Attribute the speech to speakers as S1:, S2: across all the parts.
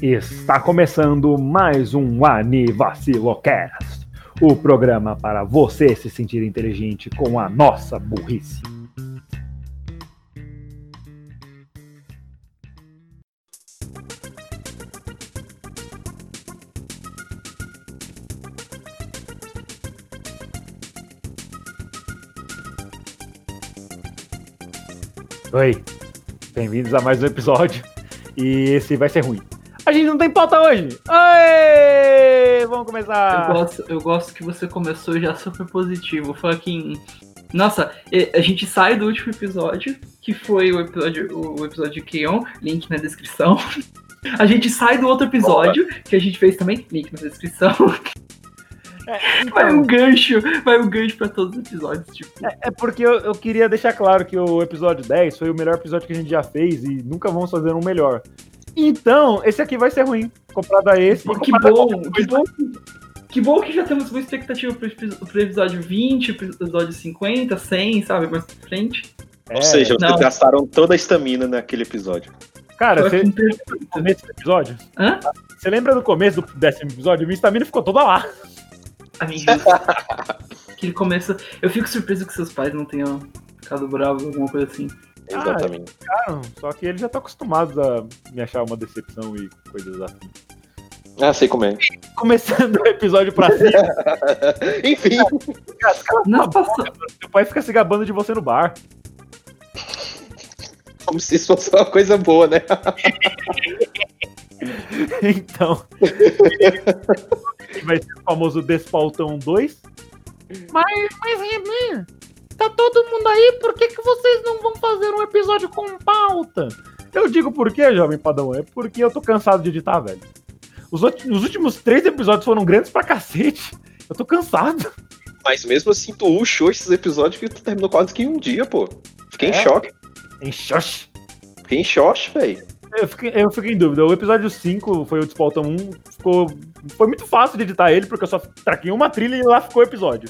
S1: Está começando mais um Anivacilocast, o programa para você se sentir inteligente com a nossa burrice. Oi, bem-vindos a mais um episódio e esse vai ser ruim. A gente não tem pauta hoje! Aê! Vamos começar!
S2: Eu gosto, eu gosto que você começou já super positivo. Fucking. Nossa, e- a gente sai do último episódio, que foi o episódio, o episódio de Keon, link na descrição. A gente sai do outro episódio, que a gente fez também, link na descrição. Vai um gancho, vai um gancho pra todos os episódios, tipo.
S1: Então, É porque eu, eu queria deixar claro que o episódio 10 foi o melhor episódio que a gente já fez e nunca vamos fazer um melhor. Então, esse aqui vai ser ruim. Comparado a esse.
S2: Que
S1: comparado a
S2: bom,
S1: qualquer
S2: que
S1: coisa.
S2: bom. Que bom que já temos uma expectativa pro, epi- pro episódio 20, pro episódio 50, 100, sabe, mais pra frente.
S1: É,
S3: Ou seja, vocês
S2: não.
S3: gastaram toda a estamina naquele episódio.
S1: É, cara, você
S2: Fucking per-
S1: no começo do episódio?
S2: Hã?
S1: Você lembra do começo do décimo episódio? Minha estamina ficou toda lá.
S2: Amigos. Aquele começo. Eu fico surpreso que seus pais não tenham ficado bravos, alguma coisa assim.
S1: Ah,
S3: Exatamente.
S1: Cara, só que eles já estão acostumados a me achar uma decepção e coisas assim.
S3: Ah, sei como é.
S1: Começando o episódio pra cima,
S3: Enfim,
S2: Não, passou.
S1: seu pai fica se gabando de você no bar.
S3: como se isso fosse uma coisa boa, né?
S1: Então. vai ser o famoso Despautão 2.
S4: Mas, mas Renan, tá todo mundo aí, por que, que vocês não vão fazer um episódio com pauta?
S1: Eu digo por quê, jovem Padawan? É porque eu tô cansado de editar, velho. Os, ulti- os últimos três episódios foram grandes pra cacete. Eu tô cansado.
S3: Mas mesmo assim, tu ruxou esses episódios que tu terminou quase que em um dia, pô. Fiquei em
S1: É?
S3: choque.
S1: Enxoxe.
S3: Fiquei em choque, velho.
S1: Eu fico, eu fico em dúvida. O episódio 5 foi o Despautão 1. Ficou, foi muito fácil de editar ele, porque eu só traquei uma trilha e lá ficou o episódio.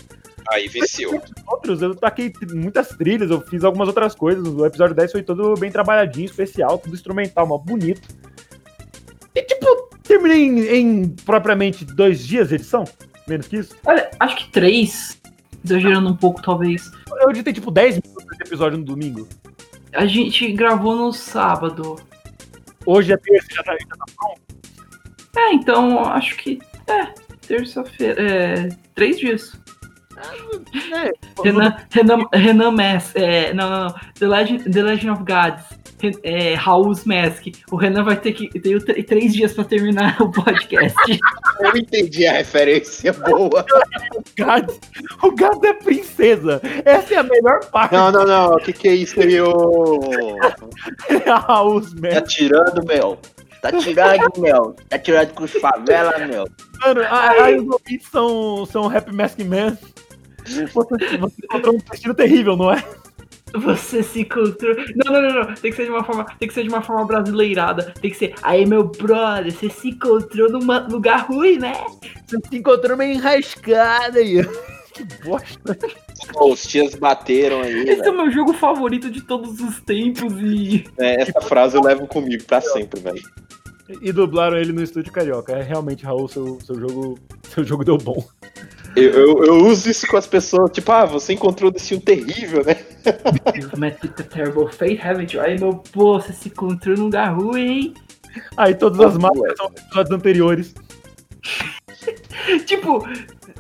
S3: Aí venceu.
S1: Outros, eu taquei tri- muitas trilhas, eu fiz algumas outras coisas. O episódio 10 foi todo bem trabalhadinho, especial, tudo instrumental, mó bonito. E tipo, terminei em, em propriamente dois dias de edição. Menos que isso.
S2: Olha, acho que três. Exagerando um pouco, talvez.
S1: Eu editei tipo 10 minutos de episódio no domingo.
S2: A gente gravou no sábado.
S1: Hoje é terça, já tá, já tá
S2: É, então acho que. É, terça-feira. É, três dias.
S1: no-
S2: Renan, Renan, Renan Mask. É, não, não, não. The Legend, The Legend of Gods. Ren- É, Raul's Mask. O Renan vai ter que. Tem o tr- três dias pra terminar o podcast.
S3: Eu entendi a referência boa.
S1: Gads. O gado é princesa. Essa é a melhor parte
S3: Não, não, não. O que, que é isso aí, ô?
S1: da House, man.
S3: É. tirando, Mel. Tá tirando, Mel. Tá tirando com os favela, Mel.
S1: Mano, a- aí os ouvintes são, são Happy Mask Man. Você, você encontrou um destino terrível, não é?
S2: Você se encontrou. Não, não, não, não. Tem que ser de uma forma, tem que ser de uma forma brasileirada. Tem que ser. Aí, meu brother, você se encontrou num lugar ruim, né?
S1: Você se encontrou meio enrascada aí. Que bosta.
S3: os tias bateram aí,
S2: Esse é
S3: né?
S2: o meu jogo favorito de todos os tempos e
S3: É, Essa frase eu levo comigo pra sempre, velho.
S1: E dublaram ele no estúdio carioca. É realmente, Raul, seu, seu jogo. Seu jogo deu bom.
S3: Eu, eu, eu uso isso com as pessoas, tipo, ah, você encontrou um destino terrível, né?
S2: You've met with a terrible fate, haven't you? Aí, meu pô, você se encontrou num lugar ruim,
S1: Aí todas as marcas são episódios anteriores.
S2: hein? Tipo,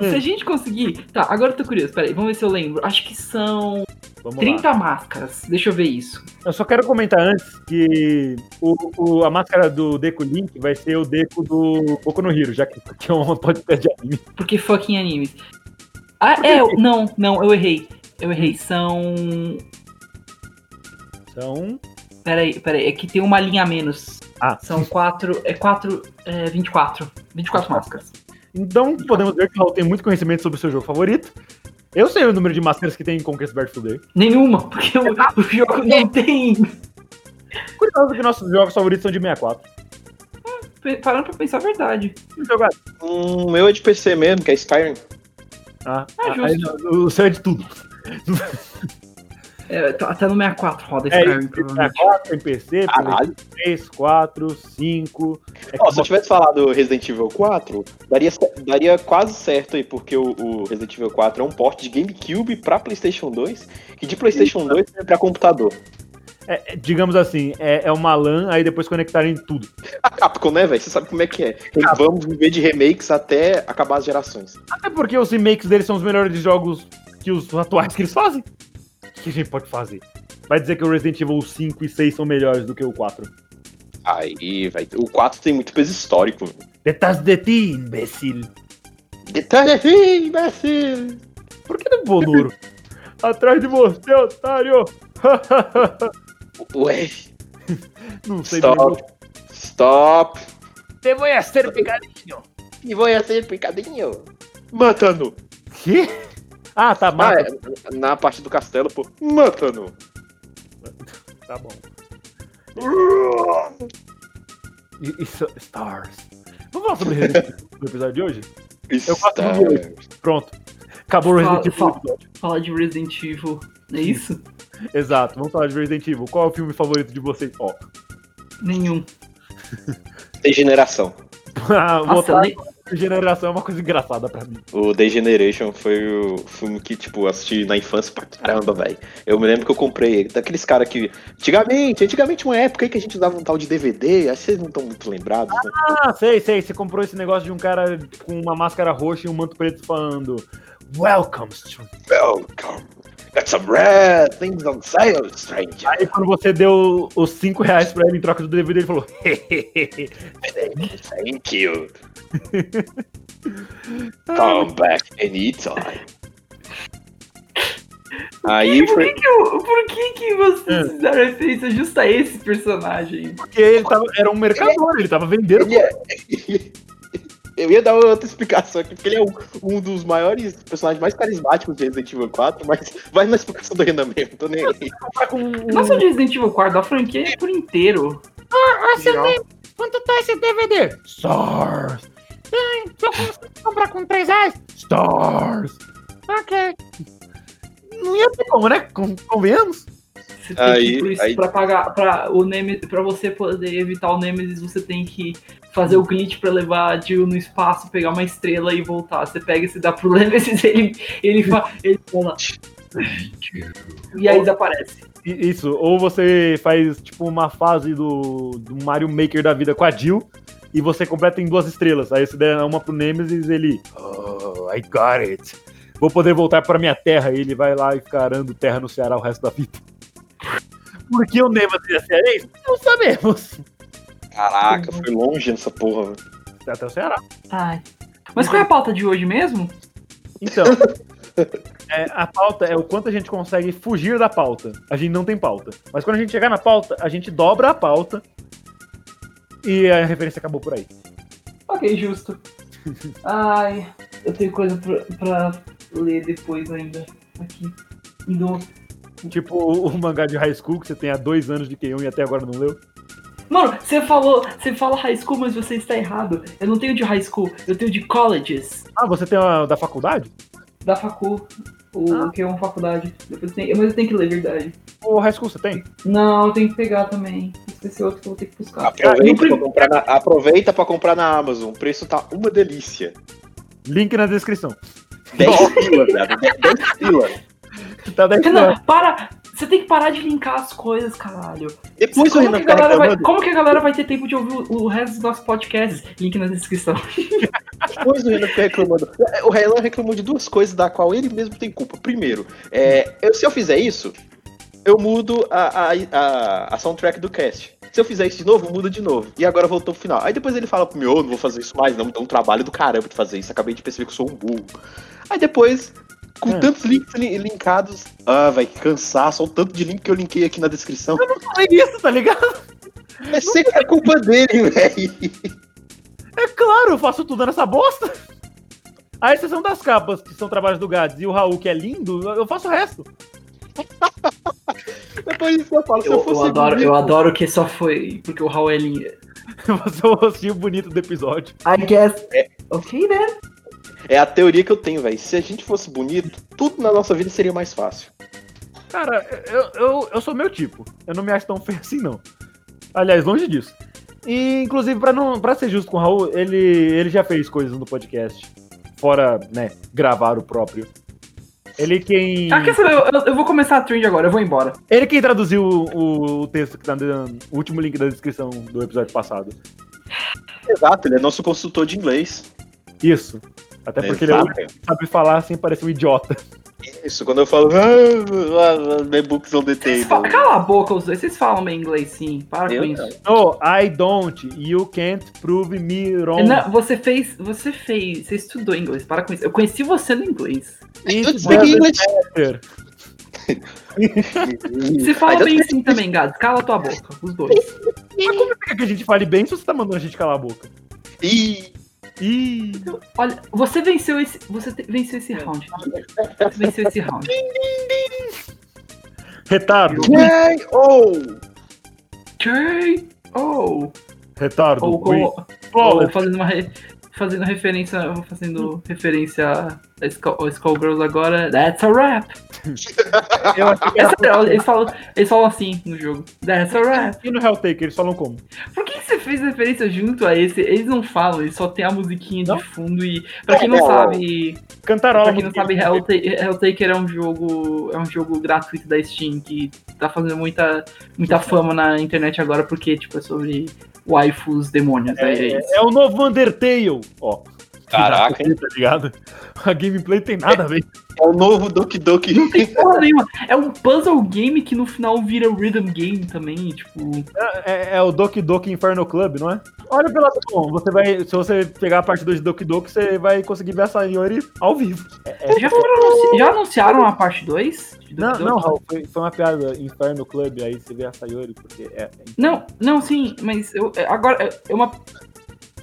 S1: Hum.
S2: se a gente conseguir. Tá, agora eu tô curioso. Peraí, vamos ver se eu lembro. Acho que são
S1: Vamos lá.
S2: 30 máscaras. Deixa eu ver isso.
S1: Eu só quero comentar antes que o, o- a máscara do Deco Link vai ser o Deco do Boku no Hero, já que, que é um podcast de anime.
S2: Porque fucking animes. Ah, é, eu- não, não, eu errei. Eu errei. São
S1: Então,
S2: Peraí, peraí, é que tem uma linha a menos.
S1: Ah.
S2: São quatro. É quatro. É 24. 24 máscaras.
S1: então podemos ver que o Raul tem muito conhecimento sobre o seu jogo favorito. Eu sei o número de máscaras que tem em Conquest Bad Today.
S2: Nenhuma, porque o,
S1: Ah.
S2: o jogo
S1: É.
S2: não tem.
S1: Curioso que nossos jogos favoritos são de 64.
S2: P- Parando pra pensar a verdade.
S1: Um jogo
S3: O meu é de PC mesmo, que é Skyrim.
S1: Ah,
S2: É
S1: ah,
S2: justo.
S1: aí, o seu é de tudo.
S2: É, tá- até no 64 roda
S1: É,
S2: Skyrim,
S1: isso,
S2: provavelmente.
S1: 4 tem PC,
S3: Caralho.
S1: 3, 4, 5.
S3: Ó, se eu tivesse falado Resident Evil 4, daria, daria quase certo aí, porque o, o Resident Evil 4 é um port de GameCube pra PlayStation 2 e de PlayStation 2 pra computador.
S1: É, é, digamos assim, é, é uma LAN, aí depois conectaram em tudo.
S3: A Capcom, né, velho? Você sabe como é que é. Eles vão viver de remakes até acabar as gerações.
S1: Até porque os remakes deles são os melhores jogos que os atuais que eles fazem. O que a gente pode fazer? Vai dizer que o Resident Evil 5 e 6 são melhores do que o 4.
S3: Aí, velho. O 4 tem muito peso histórico. velho.
S1: Detrás de ti, imbecil.
S3: Detalhe assim, imbecil.
S1: Por que não vou duro? Atrás de você, otário!
S3: Ué,
S1: Não sei
S3: stop. Stop.
S5: Você vai
S2: é
S5: ser picadinho.
S3: E vou ser picadinho. Matando.
S1: Que? Ah, tá,
S3: Ah,
S1: mata.
S3: é, na parte do castelo, pô. Matando.
S1: Tá bom. E- Isso, stars. Vamos falar sobre Resident Evil no episódio de hoje? Eu gosto do
S3: Stop.
S1: Pronto. Acabou o Resident
S2: Fala-
S1: Evil.
S2: fala.
S1: episódio.
S2: Falar de Resident Evil, é isso?
S1: Exato, vamos falar de Resident Evil. Qual é o filme favorito de vocês? Ó.
S2: Nenhum.
S3: Degeneração.
S2: Nossa,
S1: Votar
S2: nem-
S1: em geração é uma coisa engraçada pra mim.
S3: O Degeneration foi o filme que, tipo, eu assisti na infância pra caramba, velho. Eu me lembro que eu comprei daqueles caras que. Antigamente, antigamente uma época aí que a gente usava um tal de DVD, aí vocês não estão muito lembrados, né?
S1: Ah, sei, sei. Você comprou esse negócio de um cara com uma máscara roxa e um manto preto falando Welcome, stranger."
S3: Welcome. Got some rare things on sale, stranger.
S1: Aí quando você deu os 5 reais pra ele em troca do DVD, ele falou "Hehehe."
S3: Thank you. Come back anytime. Aí
S2: Por
S3: foi.
S2: que que, eu- por que que
S1: É.
S2: vocês fizeram referência justo a esse personagem?
S1: Porque ele tava- era um mercador, ele tava vendendo.
S3: ele é- Eu ia dar outra explicação aqui, porque ele é um, um dos maiores personagens mais carismáticos de Resident Evil 4, mas vai na explicação do Renan mesmo, tô nem aí.
S1: Tá com um-
S2: Não só de Resident Evil 4, da franquia é por inteiro.
S5: Ah, você
S2: Legal.
S5: lembra? Quanto tá esse DVD?
S1: Stars!
S5: Se eu conseguir comprar com 3 reais?
S1: Stars!
S5: Ok.
S1: Não ia ter como, né? Com- Convenhamos?
S2: Você tem
S3: Aí-
S2: que ir pro isso
S3: aí-
S2: pra pagar pra, o Neme- pra você poder evitar o Nemesis, você tem que fazer o glitch pra levar a Jill no espaço, pegar uma estrela e voltar. Você pega e se dá pro Nemesis, ele, ele, fa, ele fala. E aí desaparece.
S1: I- Isso, ou você faz tipo uma fase do, do Mario Maker da vida com a Jill e você completa em duas estrelas. Aí você der uma pro Nemesis ele. Oh, I got it. Vou poder voltar pra minha terra. E ele vai lá e fica arando terra no Ceará o resto da vida. Por que o Nemesis é cearense? Não sabemos.
S3: Caraca, foi longe nessa porra, velho.
S1: Tá Até o Ceará.
S2: Ai. Mas qual é a pauta de hoje mesmo?
S1: Então, é, a pauta é o quanto a gente consegue fugir da pauta. A gente não tem pauta. Mas quando a gente chegar na pauta, a gente dobra a pauta e a referência acabou por aí.
S2: Ok, justo. Ai, eu tenho coisa pra, pra ler depois ainda. Aqui. Do-
S1: Tipo o, o mangá de high school que você tem há dois anos de Keion e até agora não leu.
S2: Mano, você falou, você fala high school, mas você está errado. Eu não tenho de high school, eu tenho de colleges.
S1: Ah, você tem uma da faculdade?
S2: Da facu, o
S1: Ah.
S2: que é uma faculdade. Depois tem, mas eu tenho que ler, verdade.
S1: Ou high school você tem?
S2: Não, eu tenho que pegar também. Esqueci outro que eu vou ter que buscar. Ah,
S3: Aproveita,
S2: no prim-
S3: pra comprar na, aproveita pra comprar na Amazon. O preço tá uma delícia.
S1: Link na descrição.
S3: 10 pila, velho. 10 pila.
S1: Tá 10 reais.
S2: Não, para! Você tem que parar de linkar as coisas, caralho.
S3: Depois
S2: como,
S3: o
S2: que
S3: Renan
S2: a
S3: fica
S2: galera vai,
S3: reclamando.
S2: como que a galera vai ter tempo de ouvir o, o resto dos nossos podcasts? Link na descrição.
S3: Depois o Renan fica reclamando. É, O Renan reclamou de duas coisas da qual ele mesmo tem culpa. Primeiro, é, eu- se eu fizer isso, eu mudo a, a, a, a soundtrack do cast. Se eu fizer isso de novo, muda de novo. E agora voltou pro final. Aí depois ele fala pro meu, eu não vou fazer isso mais, não. Me dá um trabalho do caramba de fazer isso. Acabei de perceber que eu sou um burro. Aí depois, com
S1: É.
S3: tantos links li- linkados. Ah, vai cansar, só o tanto de link que eu linkei aqui na descrição.
S1: É isso, tá ligado?
S3: É sempre a culpa dele, velho.
S1: É claro, eu faço tudo nessa bosta. A exceção das capas, que são trabalhos do Gads, e o Raul, que é lindo, eu faço o resto.
S3: Depois isso eu falo, se eu, fosse. bonito-
S2: adoro que só foi porque o Raul é lindo.
S1: Eu sou o rostinho bonito do episódio.
S2: I guess. Ok, né?
S3: É a teoria que eu tenho, velho. Se a gente fosse bonito, tudo na nossa vida seria mais fácil.
S1: Cara, eu, eu, eu sou meu tipo. Eu não me acho tão feio assim, não. Aliás, longe disso. E, inclusive, pra, não, pra ser justo com o Raul, ele, ele já fez coisas no podcast. Fora, né, gravar o próprio. Ele quem.
S2: Ah, quer saber? Eu, eu- eu vou começar a trend agora, eu vou embora.
S1: Ele quem traduziu o, o texto que tá no o último link da descrição do episódio passado.
S3: Exato, ele é nosso consultor de inglês.
S1: Isso. Até porque ele é o único
S3: Exato.
S1: que sabe falar assim, parece um idiota.
S3: Isso, quando eu falo. "Ah, ah, My books on the
S2: Vocês fa-
S3: table.
S2: Cala a boca, os dois. Vocês falam meio inglês sim. Para
S3: Eu
S2: com isso.
S1: No, Oh, I don't. You can't prove me wrong.
S2: Não, você fez. Você fez. Você estudou inglês, para com isso. Eu conheci você no inglês.
S3: I don't
S1: Mas-
S3: speak English.
S2: Você
S3: I
S2: fala
S3: don't
S2: bem
S3: speak-
S2: assim também, Gato. Cala tua boca, os dois.
S1: Mas como é que a gente fale bem se você tá mandando a gente calar a boca?
S3: Ih,
S1: Ih.
S2: Olha, você venceu esse. Você te- venceu esse round. Você venceu esse round.
S1: Retardo.
S3: Yay! Oh!
S2: Tchê! Oh!
S1: Retardo.
S2: Ou,
S1: we-
S2: ou, ou
S1: flawless.
S2: fazendo uma. re- Fazendo referência. Fazendo referência a Skull- ao Skullgirls agora. That's a wrap!
S1: Eu achei que
S2: É
S1: era
S2: sério, eles falam, eles falam assim no jogo. That's a wrap!
S1: E no Helltaker, eles falam como?
S2: Por que, que você fez referência junto a esse? Eles não falam, eles só tem a musiquinha
S1: Não?
S2: de fundo e. Pra quem não
S1: É,
S3: Não.
S2: sabe.
S1: Cantarola.
S2: Pra quem não sabe, Hellta- Helltaker é um jogo. É um jogo gratuito da Steam que tá fazendo muita, muita fama na internet agora, porque tipo, é sobre waifus demônios. né? É isso.
S1: É o novo Undertale. Ó.
S3: Caraca,
S1: Tá ligado? A gameplay tem nada a ver.
S3: É o novo Doki Doki.
S2: Não tem porra nenhuma. É um puzzle game que no final vira rhythm game também, tipo.
S1: É, é o Doki Doki Inferno Club, não é? Olha pela bom, você vai. Se você pegar a parte 2 de Doki Doki, você vai conseguir ver a Sayori ao vivo.
S2: Já, foram anunci- já anunciaram a parte 2?
S1: Não, não, Raul, foi, foi uma piada Inferno Club, aí você vê a Sayori, porque é.
S2: Não, não, sim, mas eu, é, agora é- é uma.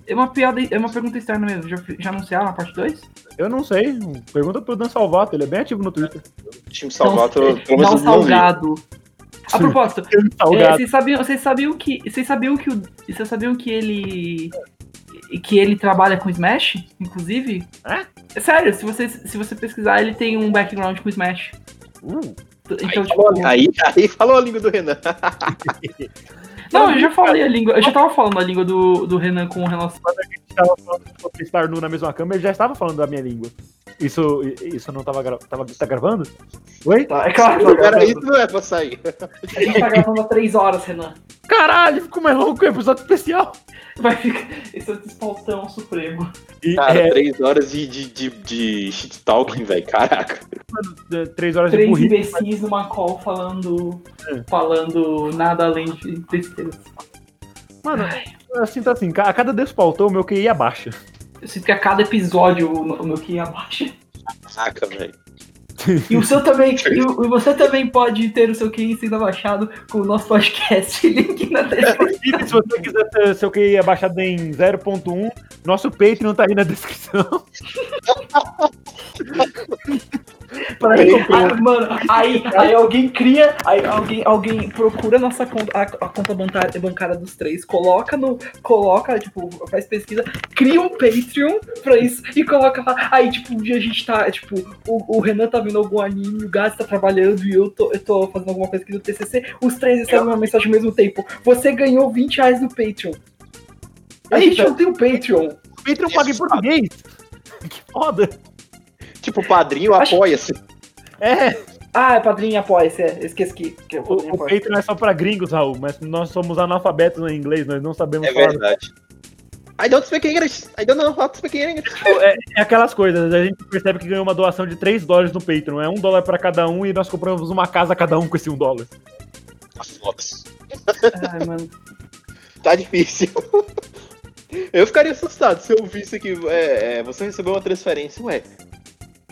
S2: É uma piada, é uma pergunta externa mesmo. Já, já anunciaram a parte 2?
S1: Eu não sei. Pergunta pro Dan Salvato, ele é bem ativo no Twitter.
S3: Time Salvato, pelo
S2: Dá um
S3: menos eu não vi.
S2: salgado.
S1: Sim.
S2: A propósito, é,
S1: Salgado.
S2: vocês sabiam, vocês sabiam que. Vocês sabiam que o. Vocês sabiam que ele. Que ele trabalha com Smash, inclusive?
S1: É?
S2: Sério, se você, se você pesquisar, ele tem um background com Smash.
S1: Uh,
S2: Então,
S3: Falou-
S2: tipo,
S3: Aí, aí falou a língua do Renan.
S2: não, eu já falei a língua. Eu já tava falando a língua do, do Renan com relação.
S1: tava falando de você estar nu na mesma câmera, ele já estava falando da minha língua. Isso, isso não tava, gra- tava tá gravando? Oi?
S3: Tá.
S2: É claro,
S3: Cara, isso não é pra sair.
S2: a gente tá gravando há três horas, Renan.
S1: Caralho, ficou mais longo que o episódio especial.
S2: Vai ficar. Esse é o despoltão supremo.
S1: E
S3: Cara,
S1: é,
S3: três horas de, de, de, de shit talking, velho. Caraca.
S1: é, três horas de
S2: Três
S1: burrice.
S2: imbecis numa call falando. Falando nada além de tristeza.
S1: Mano, eu sinto assim, ca- a cada despautou o meu QI abaixa.
S2: Eu sinto que a cada episódio o o meu que abaixa.
S3: Caraca, velho.
S2: E o seu também. E o- e você também pode ter o seu QI sendo abaixado com o nosso podcast. Link na descrição.
S1: E se você quiser ter seu QI abaixado em 0.1, nosso Patreon tá aí na descrição.
S2: Pra aí, ah, mano, aí, aí alguém cria, aí alguém, alguém procura a nossa conta, a, a conta bancária, bancária dos três, coloca no, coloca, tipo, faz pesquisa, cria um Patreon pra isso e coloca lá. Aí, tipo, um dia a gente tá, tipo, o, o Renan tá vendo algum anime, o Gás tá trabalhando e eu tô, eu tô fazendo alguma coisa aqui do TCC, os três recebem uma mensagem ao mesmo tempo. Você ganhou 20 reais no Patreon. A gente não tem o Patreon.
S1: O Patreon paga em português. Que foda.
S3: Tipo, padrinho
S2: Acho-
S3: apoia-se.
S1: É,
S2: Ah, é padrinho apoia-se, é, eu esqueci que, que é
S1: o,
S2: padrinho
S1: o
S2: apoia-se.
S1: Patreon é só pra gringos, Raul, mas nós somos analfabetos em inglês, nós não sabemos
S3: É verdade. I don't speak English. I don't know how to speak English.
S1: Tipo, é, é aquelas coisas, a gente percebe que ganhou uma doação de 3 dólares no Patreon, é um dólar pra cada um e nós compramos uma casa cada um com esse um dólar.
S3: Foda-se.
S1: é
S2: Ai, mano.
S3: Tá difícil. Eu ficaria assustado se eu visse que é, é, você recebeu uma transferência. Ué.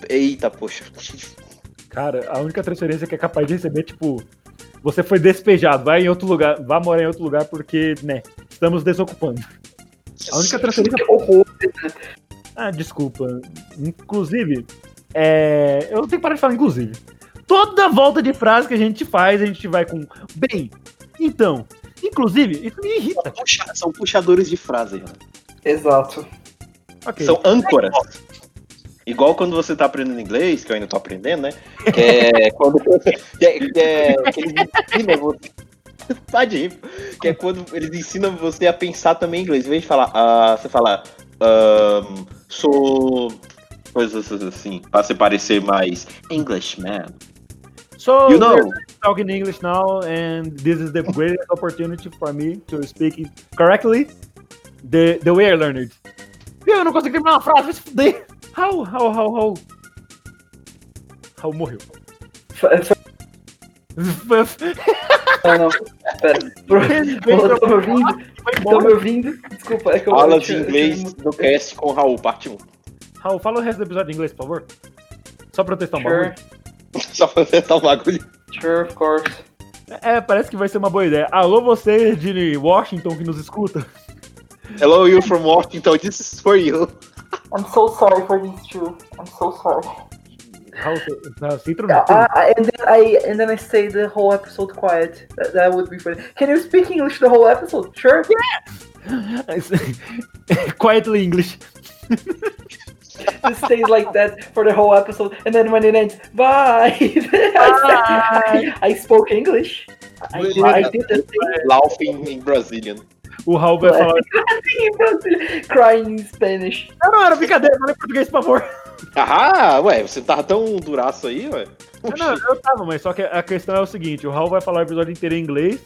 S3: Eita, poxa.
S1: Cara, a única transferência que é capaz de receber, tipo, você foi despejado, vai em outro lugar, vá morar em outro lugar porque, né, estamos desocupando. A única transferência.
S2: horror.
S1: Ah, desculpa. Inclusive, é, eu tenho que parar de falar, inclusive. Toda volta de frase que a gente faz, a gente vai com bem, então, inclusive, isso me irrita.
S3: Puxa- são né? puxadores de frase, mano.
S2: Exato.
S1: Ok.
S3: São âncoras. Igual quando você tá aprendendo inglês, que eu ainda tô aprendendo, né? Que é quando você. Que é, que é- que eles ensinam você. Tá de rir. Que é quando eles ensinam você a pensar também em inglês. Em vez de falar, ah, você fala. ahn, sou. Coisas assim, pra você parecer mais Englishman.
S1: So,
S3: You know,
S1: we're talking English now, and this is the greatest opportunity for me to speak it correctly the, the way I learned it.
S6: Eu não consigo terminar uma frase, vai se fuder.
S1: How, how, how, how? How morreu.
S2: Fa- fa- Não, não. Pera. Pro- Porra, Tô me ouvindo?
S1: Foi
S2: Tô
S1: embora.
S2: me ouvindo? Desculpa, é que eu
S3: aulas
S2: eu
S3: de
S2: tinha- eu
S3: inglês
S2: tinha-
S3: no cast com Raul, parte 1.
S1: Raul, fala o resto do episódio em inglês, por favor. Só pra eu testar um bagulho.
S2: Sure,
S3: Só pra tentar um bagulho.
S2: sure, of course.
S1: É, parece que vai ser uma boa ideia. Alô, você de Washington que nos escuta.
S3: Hello, you from Washington, this is for you.
S2: I'm so sorry for these two. I'm so sorry.
S1: Raul, você- não, se introduziu.
S2: I, Ah, and then I and then I say the whole episode quiet. That, that would be funny. Can you speak English the whole episode? Sure. ah.
S1: Quietly English.
S2: It stays like that for the whole episode, and then when it ends, bye. I, I spoke English. I, I did the thing
S3: Lauf em, em Brazilian.
S1: O Raul vai falar.
S2: in Brazil, crying in Spanish.
S1: Não, não, era brincadeira, fala em português, por favor.
S3: Ah, ué, você tava tão duraço aí, ué.
S1: Não, não, eu tava, mas só que a questão é o seguinte: o Raul vai falar o episódio inteiro em inglês,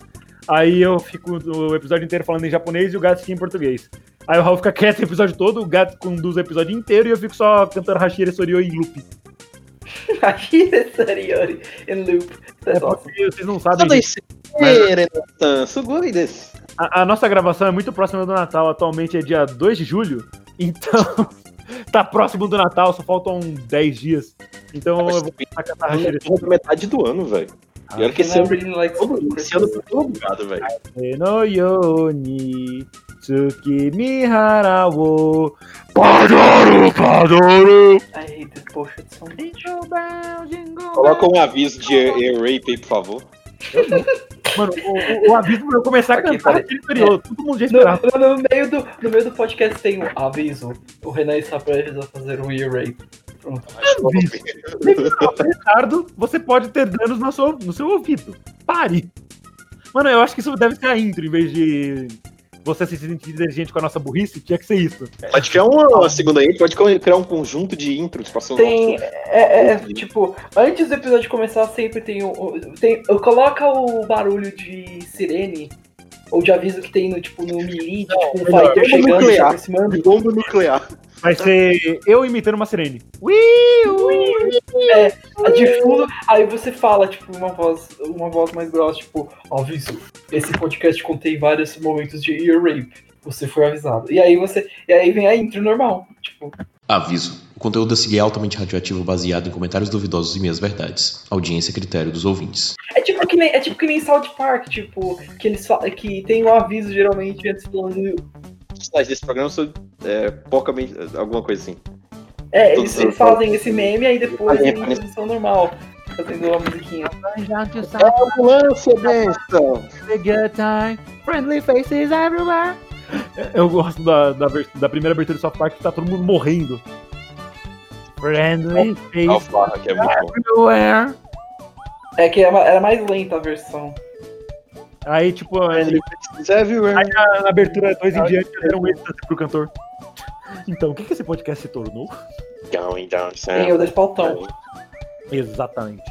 S1: aí eu fico o episódio inteiro falando em japonês e o gato fica em português. Aí o Raul fica quieto o episódio todo, o gato conduz o episódio inteiro e eu fico só cantando Hashira Soryo em loop.
S2: I hear it, Sariori, in é loop.
S1: É
S2: That's awesome.
S1: porque vocês não sabem. gente.
S3: Mas... Sugoi desse.
S1: A, a nossa gravação é muito próxima do Natal, atualmente é dia 2 de julho, então tá próximo do Natal, só faltam 10 dias. Então eu vou Ah, começar a cantar Hashira
S3: Porra, metade do ano, velho. E olha que esse
S2: And I'm
S3: ano
S2: reading like
S3: todo, esse ano tá todo bugado, velho.
S1: Soryo no Yoni. Tsukimihara wo
S2: I hate this bullshit so much.
S6: Jingle bell, jingle
S3: Coloca um aviso de air rape aí, por favor.
S1: Mano, o, o- o aviso pra eu começar a
S2: Ok,
S1: cantar
S2: peraí.
S1: aquele período. Todo mundo já
S2: No,
S1: esperava.
S2: no, no meio do, no meio do podcast tem um aviso. O Renan está prestes a fazer um ear rape.
S1: Ricardo, você pode ter danos na sua- no seu ouvido. Pare. Mano, eu acho que isso deve ser a intro, em vez de você se sentir inteligente com a nossa burrice, tinha que ser isso.
S3: Pode criar uma, uma segunda aí, pode criar um conjunto de intros pra um seu
S2: Tem. É, é, tipo, antes do episódio começar, sempre tem o. o- Tem, coloca o barulho de sirene. Ou de aviso que tem no, tipo, no Miri, de, tipo, um
S3: melhor,
S2: fighter
S3: vamos
S2: chegando, se
S3: nuclear.
S2: aproximando.
S1: Um
S3: Bomba nuclear.
S1: Vai ser eu imitando uma sirene.
S2: A Tá de fundo, aí você fala, tipo, uma voz, uma voz mais grossa, tipo, aviso. Esse podcast contém vários momentos de ear rape. Você foi avisado. E aí você. E aí vem a intro normal. Tipo,
S7: Aviso. O conteúdo a seguir é altamente radioativo baseado em comentários duvidosos e meias verdades. Audiência é critério dos ouvintes.
S2: é tipo que nem, é tipo que nem South Park, tipo, que eles falam, que tem um aviso geralmente antes do,
S3: Mas Esse programa sobre é, porcamente, alguma coisa assim.
S2: É,
S3: Tudo
S2: eles,
S3: bem.
S2: eles fazem esse meme aí depois
S3: Ah, é,
S2: eles em posição normal, fazendo uma musiquinha.
S6: bell, já te sabe.
S3: Ambulância, besta!
S6: a good time. Friendly faces everywhere.
S1: Eu gosto da, da, vers- da primeira abertura do South Park que tá todo mundo morrendo.
S6: Friendly faces
S3: Alfarra, que é muito bom.
S6: everywhere.
S2: É que era, era mais lenta a versão.
S1: Aí, tipo, aí,
S3: Everywhere.
S1: na abertura 2 em diante, eles deram um êxtase pro cantor. Então, o que, que esse podcast se tornou?
S3: Going down,
S2: Tem o Despaltão.
S1: Exatamente.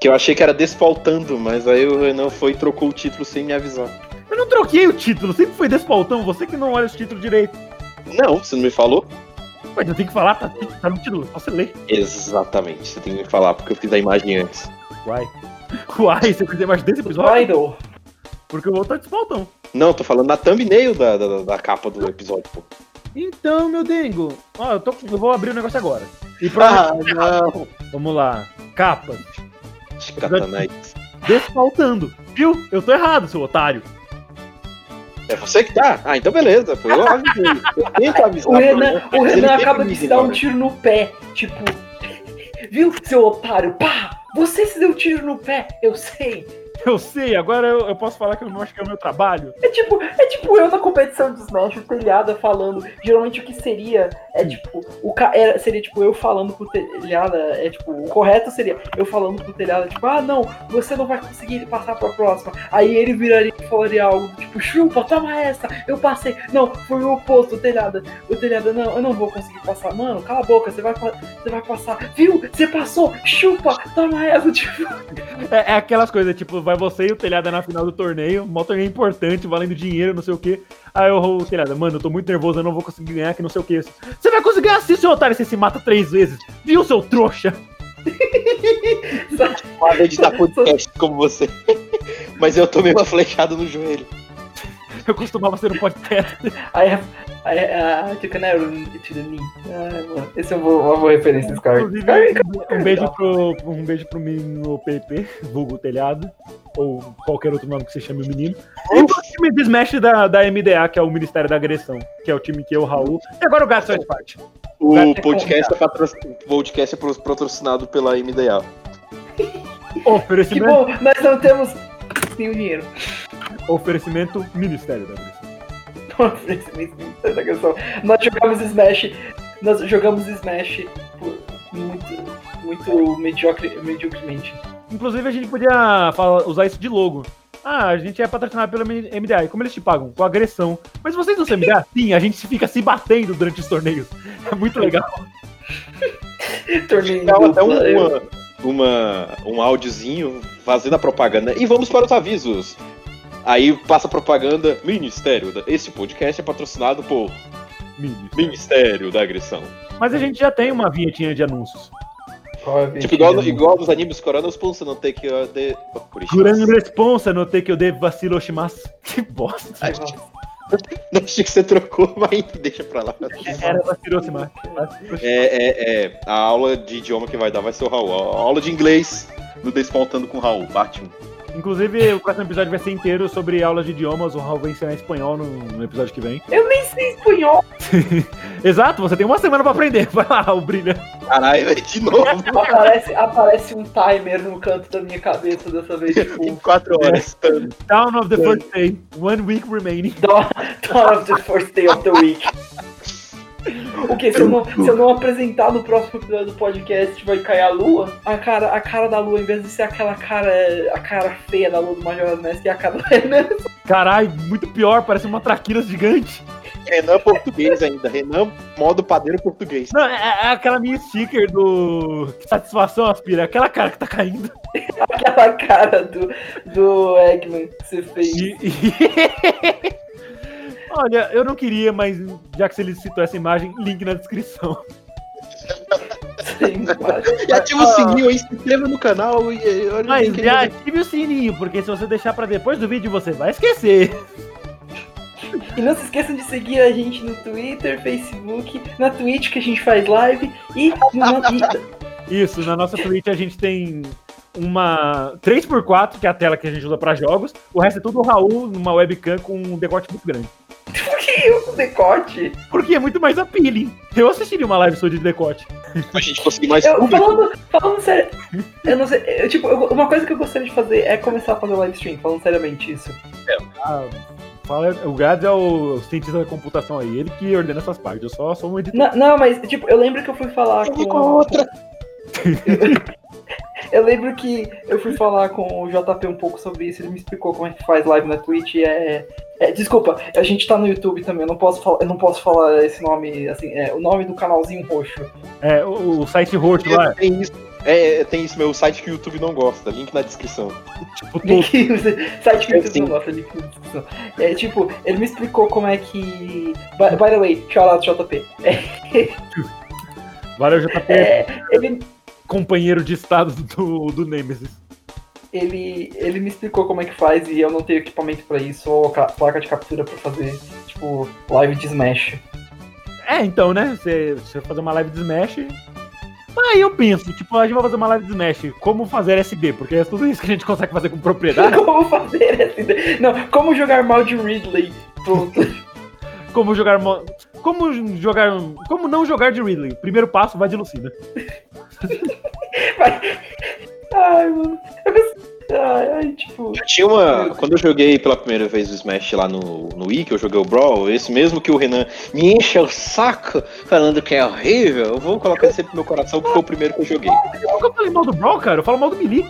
S3: Que eu achei que era despaltando, mas aí o Renan foi e trocou o título sem me avisar.
S1: Eu não troquei o título, sempre foi desse pautão, você que não olha os títulos direito.
S3: Não, você não me falou?
S1: Mas eu tenho que falar, tá, tá no título, só você lê.
S3: Exatamente, você tem que me falar, porque eu fiz a imagem antes.
S1: Uai. Uai, você precisa mais desse episódio?
S2: Idol.
S1: Porque o outro tá desse pautão.
S3: Não, tô falando na thumbnail da, da, da capa do episódio, pô.
S1: Então, meu dengo, ó, eu, tô, eu vou abrir o negócio agora. E pra...
S3: Ah, não!
S1: Vamos lá. Capas.
S3: Catanai.
S1: Desfaltando. Viu? Eu tô errado, seu otário.
S3: É você que tá? Ah, então beleza, pô. Eu avisei. Eu tento avisar.
S2: O
S3: pô.
S2: Renan, o
S3: Ele
S2: Renan
S3: sempre
S2: acaba de
S3: me
S2: se dar um
S3: ignora.
S2: tiro no pé. Tipo, viu, seu otário? Pá! Você se deu um tiro no pé, eu sei.
S1: Eu sei, agora eu, eu posso falar que eu não acho que é o meu trabalho.
S2: É tipo, é tipo eu na competição de Smash, o telhada falando. Geralmente o que seria é tipo. O ca... era- seria tipo eu falando pro telhada. É tipo, o correto seria eu falando pro telhada, tipo, ah não, você não vai conseguir passar pra próxima. Aí ele viraria e falaria algo, tipo, chupa, toma essa, eu passei. Não, foi o oposto, o telhada. O telhada, não, eu não vou conseguir passar. Mano, cala a boca, você vai, pa- você vai passar. Viu? Você passou, chupa, toma essa, tipo.
S1: É, é aquelas coisas, tipo, vai você e o Telhada na final do torneio, mó torneio importante, valendo dinheiro, não sei o quê. Aí eu, o Telhada, mano, eu tô muito nervoso, eu não vou conseguir ganhar, que não sei o quê. Você vai conseguir ganhar sim, seu otário, você se mata três vezes. Viu, seu trouxa?
S3: Para de editar podcast como você. Mas eu tomei uma flechada no joelho.
S1: Eu costumava ser um podcast.
S2: I have, I, uh, took an arrow to the knee. Ah, mano, esse é uma boa, uma boa referência desse cara.
S1: Inclusive, um beijo pro, um beijo pro menino PP, vulgo Telhado, ou qualquer outro nome que você chame o menino. E pro time de Smash da, da MDA, que é o Ministério da Agressão, que é o time que eu, Raul, e agora o Gato faz parte.
S3: O podcast é, patroc- o podcast é pro- patrocinado pela MDA.
S2: Que
S1: Oferecimento,
S2: bom, nós não temos nenhum dinheiro.
S1: oferecimento Ministério da Agressão.
S2: Essa questão. nós jogamos Smash. Nós jogamos Smash por muito, muito mediocre, mediocremente.
S1: Inclusive, a gente podia falar- usar isso de logo. Ah, a gente é patrocinado pela MDA. E como eles te pagam? Com agressão. Mas vocês não são MDA? Sim, a gente se fica se batendo durante os torneios. É muito legal.
S2: Torneio
S3: Legal, até
S2: dupla, eu-
S3: uma, uma, um áudiozinho fazendo a propaganda. E vamos para os avisos. Aí passa a propaganda Ministério. da- Este podcast é patrocinado por
S1: Mini.
S3: Ministério da Agressão.
S1: Mas a gente já tem uma vinhetinha de anúncios.
S3: Tipo, igual, no- igual nos animes coreanos, Ponce não tem que. uh, de- oh, por isso.
S1: Curando responsa no que eu devo vacilo shimasu. Que bosta.
S3: Não, achei que você trocou, mas deixa pra lá.
S1: Era vacilo shimasu.
S3: É, é, é. A aula de idioma que vai dar vai ser o Raul. A aula de inglês do Despontando com o Raul, um. parte 1.
S1: Inclusive, o próximo episódio vai ser inteiro sobre aulas de idiomas. O Raul vai ensinar espanhol no, no episódio que vem.
S2: Eu nem sei espanhol.
S1: Exato, você tem uma semana pra aprender. Vai lá, Raul, brilha.
S3: Caralho, velho, de novo.
S2: Aparece, aparece um timer no canto da minha cabeça dessa vez, tipo,
S3: 4 horas.
S1: Down of the first day. One week remaining.
S2: Dawn of the First Day of the Week. O que? Se eu, não, se eu não apresentar no próximo episódio do podcast, vai cair a lua? A cara, a cara da lua, em vez de ser aquela cara, a cara feia da lua do Major Mask, é a cara da
S1: Caralho, muito pior, parece uma traquinas gigante.
S3: Renan é português ainda. Renan, modo padeiro português.
S1: Não, é, é aquela minha sticker do que Satisfação Aspira, aquela cara que tá caindo.
S2: aquela cara do, do Eggman que você fez.
S1: E- e- Olha, eu não queria, mas já que ele citou essa imagem, link na descrição.
S2: Sim, embaixo.
S3: E ativa o um sininho aí, se inscreva no canal e, e olha é. o
S1: Ah. Mas
S3: link
S1: já
S3: aí.
S1: ative o sininho, porque se você deixar pra depois do vídeo, você vai esquecer.
S2: E não se esqueçam de seguir a gente no Twitter, Facebook, na Twitch que a gente faz live e no, na, e-
S1: Isso, na nossa Twitch a gente tem uma 3x4, que é a tela que a gente usa pra jogos. O resto é tudo o Raul numa webcam com um decote muito grande.
S2: que eu com decote.
S1: Porque é muito mais appealing. Eu assistiria uma live sua de decote.
S3: Pra gente conseguir mais um
S2: Eu,
S3: público.
S2: falando, falando sério, eu não sei, eu, tipo, eu- uma coisa que eu gostaria de fazer é começar a fazer live stream, falando seriamente isso.
S1: Ah, fala, o Gads é o cientista da computação aí, ele que ordena essas partes. Eu só sou um editor.
S2: Não, não, mas, tipo, eu lembro que eu fui falar com. Eu lembro que eu fui falar com o JP um pouco sobre isso, ele me explicou como é que faz live na Twitch e é. é, desculpa, a gente tá no YouTube também, eu não posso falar, eu não posso falar esse nome, assim, é, o nome do canalzinho roxo.
S1: É, o, o site roxo lá,
S3: Tem isso. É, tem isso, meu site que o YouTube não gosta. Link na descrição.
S1: tipo, todo.
S2: Link, site que
S3: É,
S2: eu
S3: sim.
S2: não gosta, link na descrição. É tipo, ele me explicou como é que. By, by the way, shout out JP.
S1: Valeu, JP,
S2: É, ele,
S1: tá companheiro de estado do, do Nemesis.
S2: ele, ele me explicou como é que faz e eu não tenho equipamento pra isso ou ca- placa de captura pra fazer, tipo, live de Smash.
S1: É, então, né? Você você vai fazer uma live de Smash. Aí eu penso, tipo, a gente vai fazer uma live de Smash. Como fazer SB? Porque é tudo isso que a gente consegue fazer com
S3: Ah.
S1: propriedade.
S2: Como fazer essa ideia? Não, como jogar mal de Ridley? Pronto.
S1: Como jogar. mo- Como jogar. Como não jogar de Ridley? Primeiro passo, vai de Lucida.
S2: Ai, mano. Eu gost- eu gostei, Ai, ai, tipo.
S3: Eu tinha uma. Quando eu joguei pela primeira vez o Smash lá no, no Wii, que eu joguei o Brawl, esse mesmo que o Renan me enche o saco falando que é horrível, eu vou colocar esse pro meu coração porque foi o primeiro que eu joguei.
S1: Eu nunca falei mal do Brawl, cara. Eu falo mal do Melee.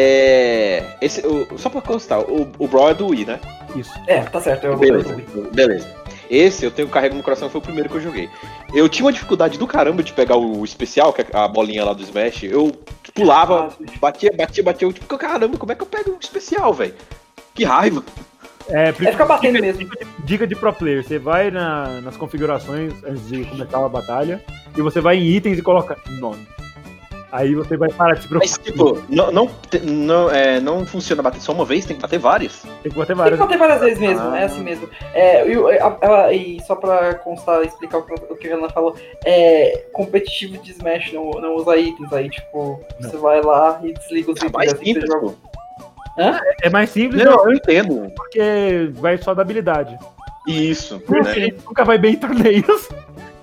S3: É. Esse, o- só pra constar, o, o Brawl é do Wii, né?
S1: Isso.
S2: É, tá certo, eu vou
S3: Beleza, beleza. Esse eu tenho carrego no coração, foi o primeiro que eu joguei. Eu tinha uma dificuldade do caramba de pegar o especial, que é a bolinha lá do Smash. Eu pulava,
S2: Ah,
S3: batia, batia, batia. Eu, tipo, caramba, como é que eu pego um especial, velho? Que raiva.
S1: É,
S2: É
S1: pri-
S2: ficar batendo mesmo.
S1: dica de pro player. Você vai na- nas configurações antes de começar a batalha e você vai em itens e coloca nome. Aí você vai parar de se preocupar.
S3: Mas, tipo, não, não, te- não, é, não funciona bater só uma vez, tem que bater várias.
S1: Tem que bater
S2: Tem que
S1: várias.
S2: bater várias vezes mesmo,
S3: Ah.
S2: é assim mesmo. É, e, o- a- ela- e só pra constar, explicar o que, o que a Helena falou, é competitivo de Smash, não, não usa itens aí, tipo,
S1: Não.
S2: você vai lá e desliga os
S3: É
S2: itens
S3: mais
S2: assim que
S3: simples,
S2: você joga.
S3: pô.
S1: É mais simples né?
S3: Não, eu entendo.
S1: porque vai só da habilidade.
S3: Isso,
S1: Porque
S3: né?
S1: ele nunca vai bem em torneios.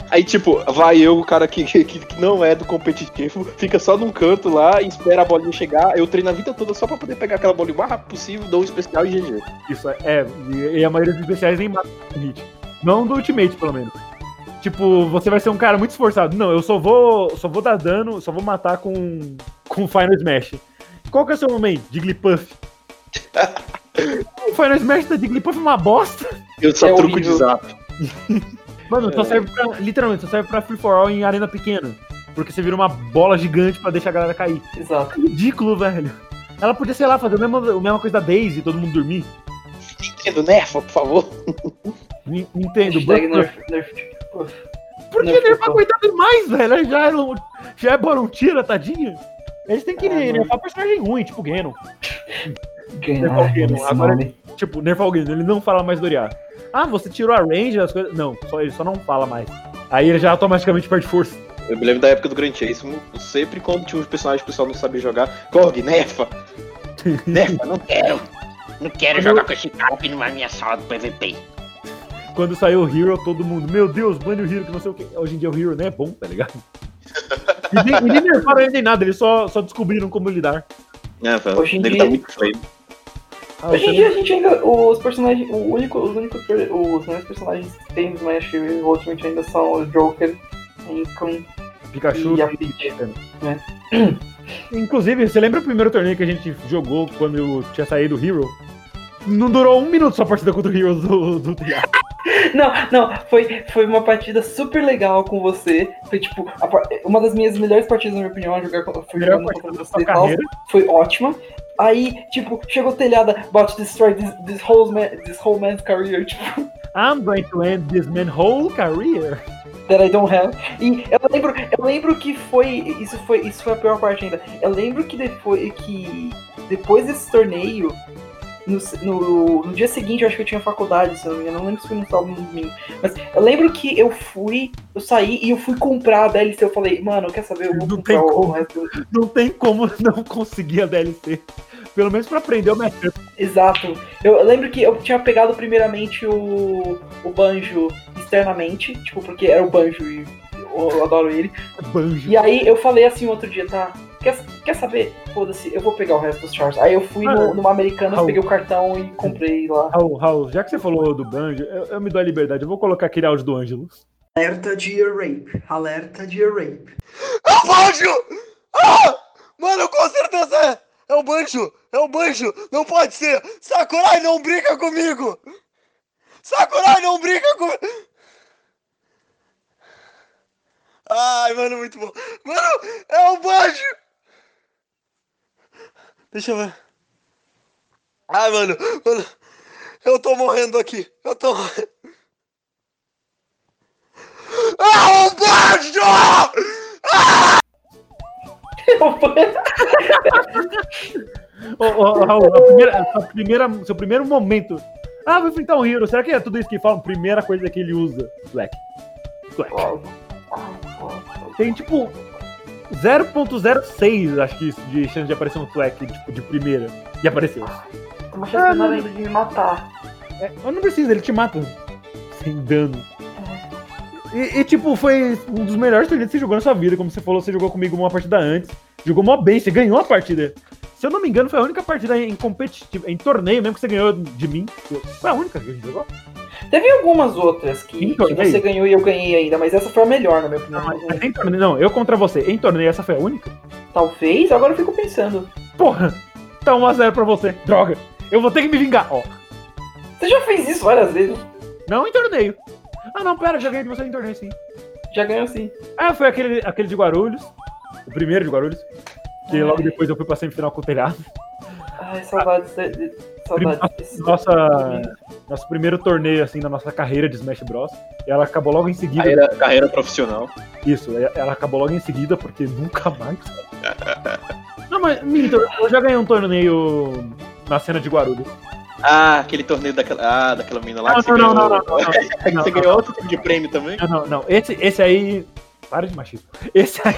S3: Aí, tipo, vai eu, o cara que, que, que não é do competitivo, fica só num canto lá e espera a bolinha chegar. Eu treino a vida toda só pra poder pegar aquela bolinha o mais rápido possível, dou um especial e GG.
S1: Isso, é. E, e a maioria dos especiais nem mata o hit. Não do ultimate, pelo menos. Tipo, você vai ser um cara muito esforçado. Não, eu só vou, só vou dar dano, só vou matar com, com Final Smash. Qual que é o seu momento? Diglipuff. o Final Smash da Diglipuff é uma bosta.
S3: Eu só
S2: É
S3: truco
S2: horrível.
S3: de zap.
S1: Mano, só
S3: É.
S1: serve pra, literalmente, só serve pra free for all em arena pequena. Porque você vira uma bola gigante pra deixar a galera cair.
S2: Exato.
S1: É ridículo, velho. Ela podia, sei lá, fazer a mesma, a mesma coisa da Daisy, todo mundo dormir.
S3: Entendo, nerfa, né, por favor.
S1: N- Nintendo.
S2: Hashtag
S1: Bro-
S2: nerf, tipo, nerf. Uf.
S1: Por que
S2: Nerf
S1: nerfar
S2: total.
S1: coitado demais, velho? Ela já é, um- já é Borontira, tadinha. Eles têm que
S2: Ah, mano.
S1: nerfar personagem ruim, tipo o Ganon.
S2: Ganhar
S1: Nerf alguém, não.
S2: esse
S1: Agora-
S2: nome.
S1: Tipo, nerfar o Ganon, ele não fala mais do Oriá. Ah, você tirou a range, as coisas... Não, só, ele só não fala mais. Aí ele já automaticamente perde força.
S3: Eu me lembro da época do Grand Chase, eu sempre quando tinha um personagem que o pessoal não sabia jogar, Korg, nerfa! nerfa, não quero!
S8: Não quero jogar com esse cara que não é minha sala do PVP.
S1: Quando saiu o Hero, todo mundo, meu Deus, bane o Hero, que não sei o que. Hoje em dia o Hero nem é bom, tá ligado? E nem, e nem nerfaram ele nem nada, eles só, só descobriram como lidar.
S3: É, velho,
S2: Hoje em
S3: ele
S2: dia- é
S3: tá muito feio.
S1: Ah,
S2: Hoje em
S1: eu
S2: dia a gente ainda. Os personagens. O único, os únicos per- os únicos personagens que tem no Smash e Ultimate ainda são o Joker, Lincoln
S1: também, Pikachu.
S2: e né? a Peach.
S1: Inclusive, você lembra o primeiro torneio que a gente jogou quando eu tinha saído o Hero? Não durou um minuto sua partida contra o Heroes do, do Trial.
S2: Não, não, foi, foi uma partida super legal com você. Foi tipo, a par- uma das minhas melhores partidas, na minha opinião, é jogar com- foi
S1: Melhor
S2: jogando
S1: partida
S2: contra
S1: da
S2: você
S1: sua
S2: e tal.
S1: carreira.
S2: Foi ótima. Aí, tipo, chegou telhada, bot destroy this, this, whole man, this whole man's career, tipo,
S1: I'm going to end this man whole career.
S2: that I don't have. E eu lembro, eu lembro que foi. Isso foi, isso foi a pior parte ainda. Eu lembro que depois que. Depois desse torneio. No, se- no, no dia seguinte, eu acho que eu tinha faculdade, se eu não me engano. Eu não lembro se foi no sábado ou no domingo. Mas eu lembro que eu fui, eu saí e eu fui comprar a DLC. Eu falei, mano, quer saber? Eu vou
S1: Não
S2: comprar
S1: tem
S2: o
S1: como.
S2: resto.
S1: Não tem como não conseguir a DLC. Pelo menos pra aprender o matchup.
S2: Exato. Eu eu lembro que eu tinha pegado primeiramente o, o Banjo externamente, tipo, porque era o Banjo e eu, eu adoro ele.
S1: Banjo.
S2: E aí eu falei assim outro dia, tá? Quer, quer saber? Foda-se, eu vou pegar o resto dos charms. Aí eu fui
S1: Mano,
S2: no, numa americana,
S1: Raul.
S2: peguei o cartão e comprei lá.
S1: Raul, Raul, já que você falou do Banjo, eu, eu me dou a liberdade. Eu vou colocar aquele áudio do Ângelo.
S9: Alerta de ear rape. Alerta de ear rape.
S10: É o banjo! Ah! Mano, com certeza é! É o banjo! É o banjo! Não pode ser! Sakurai, não brinca comigo! Sakurai, não brinca comigo! Ai, mano, muito bom! Mano, é o banjo! Deixa eu ver. Ai, mano, mano, eu tô morrendo aqui. Eu tô morrendo. É o banjo!
S1: Ô, ô, Raul, a primeira- a primeira- seu primeiro momento. Ah, vou enfrentar um Hero. Será que é tudo isso que falam? Primeira coisa que ele usa. Black. Black. Tem tipo 0.06, acho que isso, de chance de aparecer um Slack, tipo, de primeira. E apareceu.
S2: Tem uma chance menor ainda de me matar.
S1: É, mas não precisa, ele te mata. Sem dano. E, e, tipo, foi um dos melhores torneios que você jogou na sua vida. Como você falou, você jogou comigo uma partida antes. Jogou mó bem, você ganhou a partida. Se eu não me engano, foi a única partida em competitivo, em torneio mesmo que você ganhou de mim. Foi a única que a gente jogou.
S2: Teve algumas outras que,
S1: Então,
S2: que
S1: e aí?
S2: você ganhou e eu ganhei ainda, mas essa foi a melhor, na minha opinião.
S1: Não, mas em torneio, não, eu contra você. Em torneio, essa foi a única?
S2: Talvez, agora eu fico pensando.
S1: Porra, tá 1x0 pra você. Droga, eu vou ter que me vingar. Ó,
S2: Você já fez isso várias vezes?
S1: não em torneio. Ah, não, pera, já ganhei de você em torneio, sim.
S2: Já ganhou sim.
S1: Ah, foi aquele, aquele de Guarulhos. O primeiro de Guarulhos. Que
S2: Ai.
S1: logo depois eu fui pra semifinal com o telhado.
S2: Ai, saudades. de- de- saudades desse-
S1: Nossa, nosso primeiro torneio, assim, da nossa carreira de Smash Bros. E ela acabou logo em seguida.
S3: Carreira, carreira profissional.
S1: Isso, e- ela acabou logo em seguida, porque nunca mais. Não, mas, Milton, eu já ganhei um torneio na cena de Guarulhos.
S3: Ah, aquele torneio daquela. Ah, daquela menina lá
S1: Não,
S3: que você
S1: não, não,
S3: ganhou.
S1: não, não, não, não.
S3: É que
S1: Não,
S3: você
S1: não.
S3: ganhou outro tipo de prêmio também?
S1: Não, não, não. Esse, esse aí. Para de machismo. Esse aí.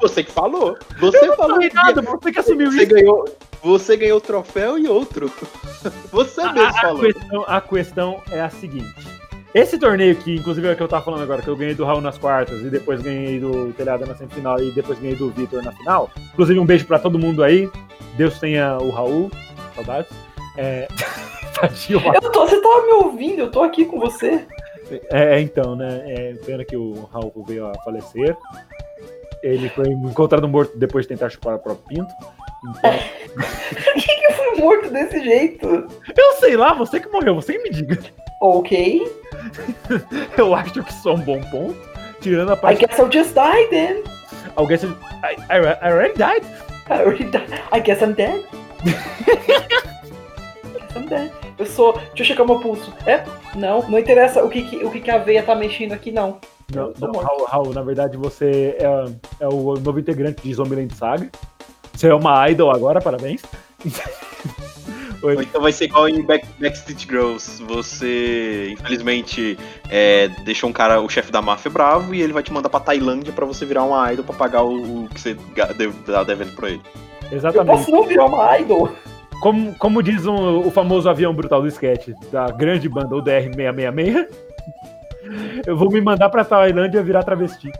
S3: Você que falou. Você
S1: Não
S3: falou.
S1: foi nada, você que assumiu
S3: Você
S1: isso.
S3: ganhou. Você ganhou o troféu e outro. Você mesmo
S1: A
S3: falou.
S1: questão, a questão é a seguinte. Esse torneio que, inclusive, é o que eu tava falando agora, que eu ganhei do Raul nas quartas, e depois ganhei do Telhado na semifinal, e depois ganhei do Vitor na final. Inclusive, um beijo pra todo mundo aí. Deus tenha o Raul. Saudades. É... Tadinho, Raul.
S2: Eu tô, você tava me ouvindo, eu tô aqui com você.
S1: É, então, né? É, pena que o Raul veio a falecer. Ele foi encontrado morto depois de tentar chupar o próprio pinto. Então,
S2: Eu fui morto desse jeito.
S1: eu sei lá, você que morreu, você que me diga.
S2: Ok.
S1: Eu acho que só um bom ponto. Tirando a
S2: I
S1: parte.
S2: guess I'll just die then.
S1: Alguém se. I, I, I already died.
S2: I, already died. I guess I'm dead. I guess I'm dead. Eu sou. Deixa eu checar meu pulso. É? Não, não interessa o que, que- o que, que a veia tá mexendo aqui, não.
S1: Não,
S2: Tô
S1: não,
S2: morto.
S1: Raul, Raul, na verdade você é, é o novo integrante de Zombieland Saga. Você é uma idol agora, parabéns.
S3: Ou Então vai ser igual em Back, Backstreet Girls. Você, infelizmente, é, deixou um cara, o chefe da máfia bravo, e ele vai te mandar pra Tailândia pra você virar uma idol pra pagar o, o que você ga- deve- tá devendo pra ele.
S2: Eu
S1: Exatamente.
S2: posso não virar uma idol.
S1: Como, como diz um- o famoso avião brutal do sketch da grande banda UDR-666, eu vou me mandar pra Tailândia virar travesti.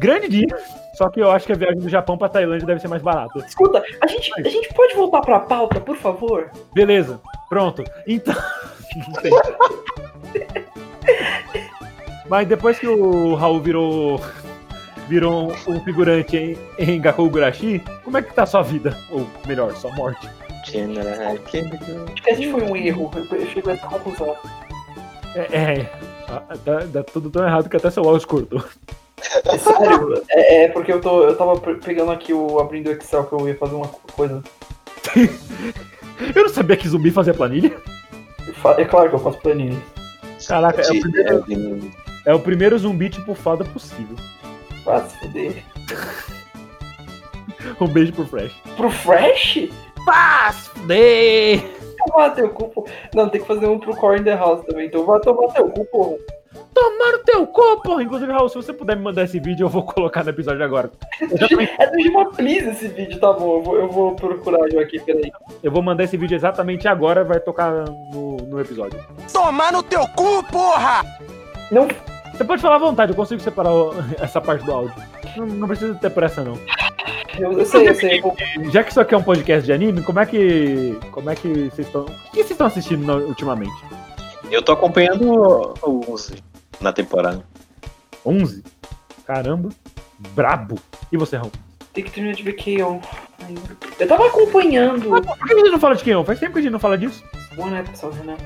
S1: Grande dia, só que eu acho que a viagem do Japão pra Tailândia deve ser mais barata.
S2: Escuta, a gente, a gente pode voltar pra pauta, por favor?
S1: Beleza, pronto. Então. Mas depois que o Raul virou, virou um, um figurante em, em Gakugurashi, como é que tá a sua vida? Ou melhor, sua morte?
S2: Acho que a gente foi um erro. Eu eu chego a essa conclusão.
S1: É, é tá, tá- tá tudo tão errado que até seu áudio cortou.
S2: É sério? É, é porque eu, tô, eu tava pe- pegando aqui o. abrindo o Excel que eu ia fazer uma coisa.
S1: Eu não sabia que zumbi fazia planilha.
S2: Eu fa- É claro que eu faço planilha.
S1: Caraca, é o primeiro, é o primeiro zumbi tipo fada possível.
S2: Vai se fuder.
S1: Um beijo pro Flash.
S2: Pro Fresh?
S1: Ah, Fudei!
S2: Tomar teu cu, pô. Não, tem que fazer um pro Core in the House também. Então vai tomar teu cu, pô.
S1: Tomar o teu cu, porra! Inclusive, Raul, se você puder me mandar esse vídeo, eu vou colocar no episódio agora. Exatamente.
S2: É do Gilma Please esse vídeo, tá bom. Eu vou, eu vou procurar já aqui, peraí.
S1: Eu vou mandar esse vídeo exatamente agora, vai tocar no, no episódio.
S10: Tomar no teu cu, porra!
S2: Não.
S1: Você pode falar à vontade, eu consigo separar o- essa parte do áudio. Não, não precisa ter pressa, não.
S2: Eu, eu sei, eu sei. eu vou-
S1: Já que isso aqui é um podcast de anime, como é que. Como é que vocês estão. O que vocês estão assistindo no- ultimamente?
S3: Eu tô acompanhando o o 11 na temporada.
S1: 11? Caramba. Brabo. E você, Raul?
S2: Tem que terminar de ver K.O. ainda. Eu tava acompanhando.
S1: Ah, Por que a gente não fala de Keon? Faz tempo que a gente não fala disso.
S2: Boa, né, pessoal, né?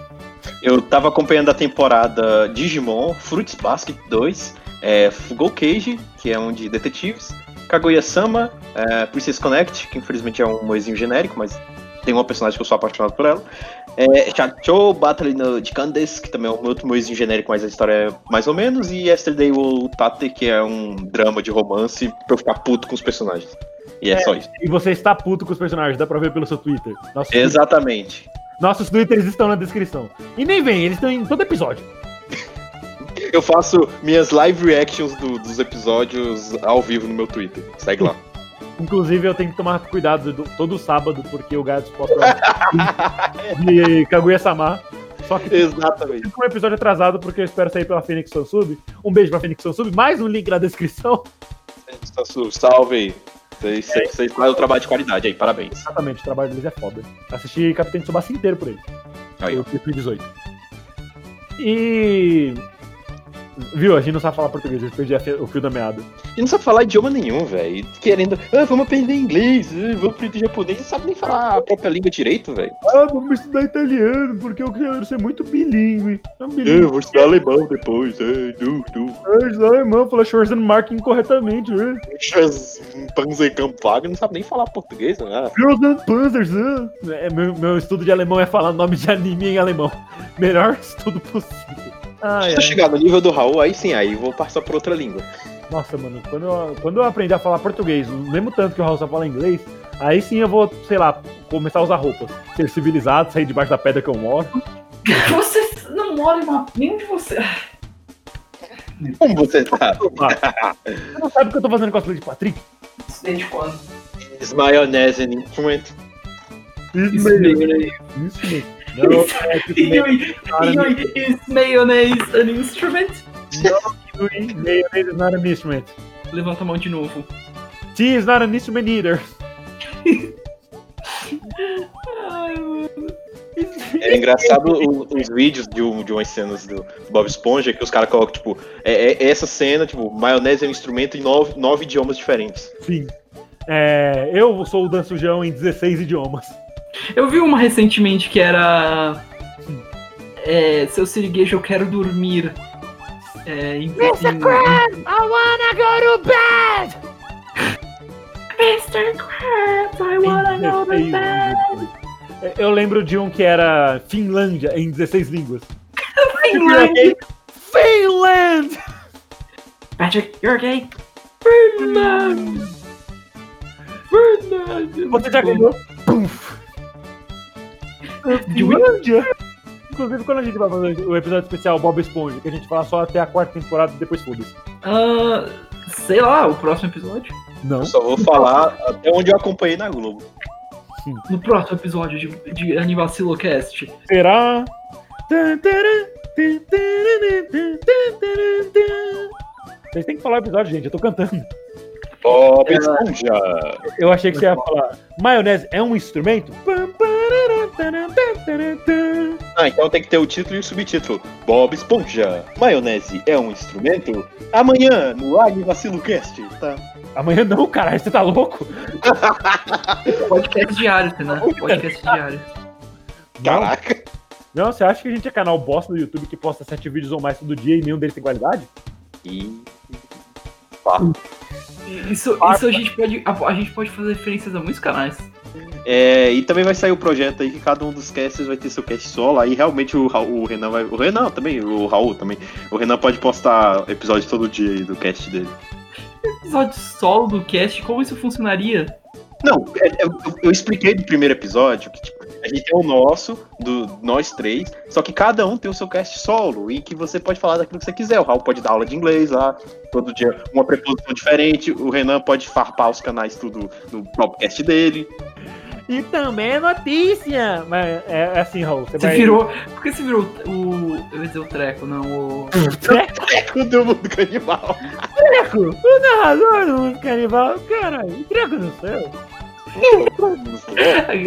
S3: Eu tava acompanhando a temporada Digimon, Fruits Basket 2, é, Fugou Cage, que é um de detetives, Kaguya-sama, é, Princess Connect, que infelizmente é um moizinho genérico, mas tem uma personagem que eu sou apaixonado por ela. É, Chacho Battle no de Candace, que também é um outro moizinho genérico, mas a história é mais ou menos. E Yesterday Will Tate, que é um drama de romance pra eu ficar puto com os personagens. E é, só isso.
S1: E você está puto com os personagens, dá pra ver pelo seu Twitter. Nosso
S3: Exatamente.
S1: Nossos Twitters estão na descrição. E nem vem, eles estão em todo episódio.
S3: Eu faço minhas live reactions do- dos episódios ao vivo no meu Twitter. Segue lá.
S1: Inclusive, eu tenho que tomar cuidado do- todo sábado, porque o Gads posta de Kaguya-sama. Só que
S3: Exatamente.
S1: fica um episódio atrasado, porque eu espero sair pela Phoenix
S3: É
S1: Sunsub. Um beijo pra Phoenix Sunsub, mais um link na descrição.
S3: tá Salve aí. Vocês, vocês, vocês fazem o trabalho de qualidade aí, parabéns.
S1: Exatamente, o trabalho deles é foda. Assisti Capitão Tsubasa inteiro por ele.
S3: Aí.
S1: Eu fui pro 18. E. Viu, a gente não sabe falar português, eu perdi a fi- o fio da meada.
S3: E não sabe falar idioma nenhum, velho. Querendo, ah, vamos aprender inglês, ah, vamos aprender japonês, não sabe nem falar a própria língua direito, velho.
S1: Ah, vamos estudar italiano, porque eu quero ser muito bilíngue. Não,
S3: É, Eu
S1: bilíngue.
S3: vou estudar alemão depois, é, du, du.
S1: Ah, irmão, falou Schwarzenmark incorretamente. ah.
S3: Panzerkampfwagen não sabe nem falar português, né?
S1: Girls and Panzers. ah. É, meu, meu estudo de alemão é falar nome de anime em alemão. Melhor estudo possível. Ai,
S3: Se eu
S1: ai.
S3: chegar no nível do Raul, aí sim, aí eu vou passar por outra língua.
S1: Nossa, mano, quando eu, quando eu aprender a falar português, o mesmo tanto que o Raul só fala inglês, aí sim eu vou, sei lá, começar a usar roupas. Ser civilizado, sair debaixo da pedra que eu moro.
S2: Você não mora em uma. Nenhum de você.
S3: Como você tá?
S1: Ah, Você não sabe o que eu tô fazendo cosplay de Patrick?
S2: Isso Desde quando?
S3: Is maionese an instrument?
S1: Isso
S11: Mayonnaise.
S1: Isso mesmo. Não, é que
S11: Is
S1: meio-
S11: mayonnaise- Is mayonnaise an instrument?
S1: Mayonnaise is not an instrument.
S11: Levanta a mão de novo.
S1: Tea is not an instrument either.
S3: É engraçado o- os vídeos de, um, de umas cenas do Bob Esponja que os caras colocam, tipo, é, é- é essa cena, tipo, maionese é um instrumento em nove, nove idiomas diferentes.
S1: Sim. É, eu sou o Dan Sujão em 16 idiomas.
S11: Eu vi uma recentemente que era. É, seu siriguejo, eu quero dormir. É, em, em-
S8: I wanna go to bed! Mr. Krabs, I wanna go to
S1: 16
S8: bed!
S1: línguas. É, Eu lembro de um que era Finlândia em 16 línguas.
S11: Finland!
S1: Finland!
S11: Patrick, you're gay!
S8: Fernando!
S11: Verdade!
S1: Você já ganhou. Puf. Finlândia! Inclusive, quando a gente vai fazer o episódio especial Bob Esponja, que a gente fala só até a quarta temporada e depois foda-se.
S11: Ah, sei lá, o próximo episódio?
S1: Não.
S3: Eu só vou falar até onde eu acompanhei na Globo.
S11: No próximo episódio de, de Anivacilocast.
S1: Será? Vocês têm que falar o episódio, gente. Eu tô cantando.
S3: Bob Esponja!
S1: Eu achei que você ia falar. Maionese é um instrumento? Não,
S3: Ah, então tem que ter o título e o subtítulo. Bob Esponja, maionese é um instrumento? Amanhã, no Agni Vacilo Cast. Tá.
S1: Amanhã não, caralho. Você tá louco?
S11: Podcast diário, né? Podcast diário.
S1: Não,
S3: Caraca.
S1: não, você acha que a gente é canal bosta no YouTube que posta sete vídeos ou mais todo dia e nenhum deles tem qualidade?
S3: E...
S11: Isso, isso a, gente pode, a, a gente pode fazer referências a muitos canais.
S3: É, e também vai sair o projeto aí que cada um dos casters vai ter seu cast solo. Aí realmente o, Ra- o Renan vai. O Renan também, o Raul também. O Renan pode postar episódio todo dia aí do cast dele.
S11: Episódio solo do cast, como isso funcionaria?
S3: Não, é- é- eu, eu expliquei no primeiro episódio que tipo, a gente tem o nosso, do nós três, só que cada um tem o seu cast solo e que você pode falar daquilo que você quiser. O Raul pode dar aula de inglês lá, todo dia uma preposição diferente. O Renan pode farpar os canais tudo no próprio cast dele.
S1: E também é notícia. Mas é, é assim, Raul. Você,
S11: Você
S1: vai...
S11: virou. Por que você virou o. Eu ia dizer o treco, não, o.
S3: Quando eu mundo canibal.
S1: Treco, o narrador do mundo canibal. Caralho, treco no céu.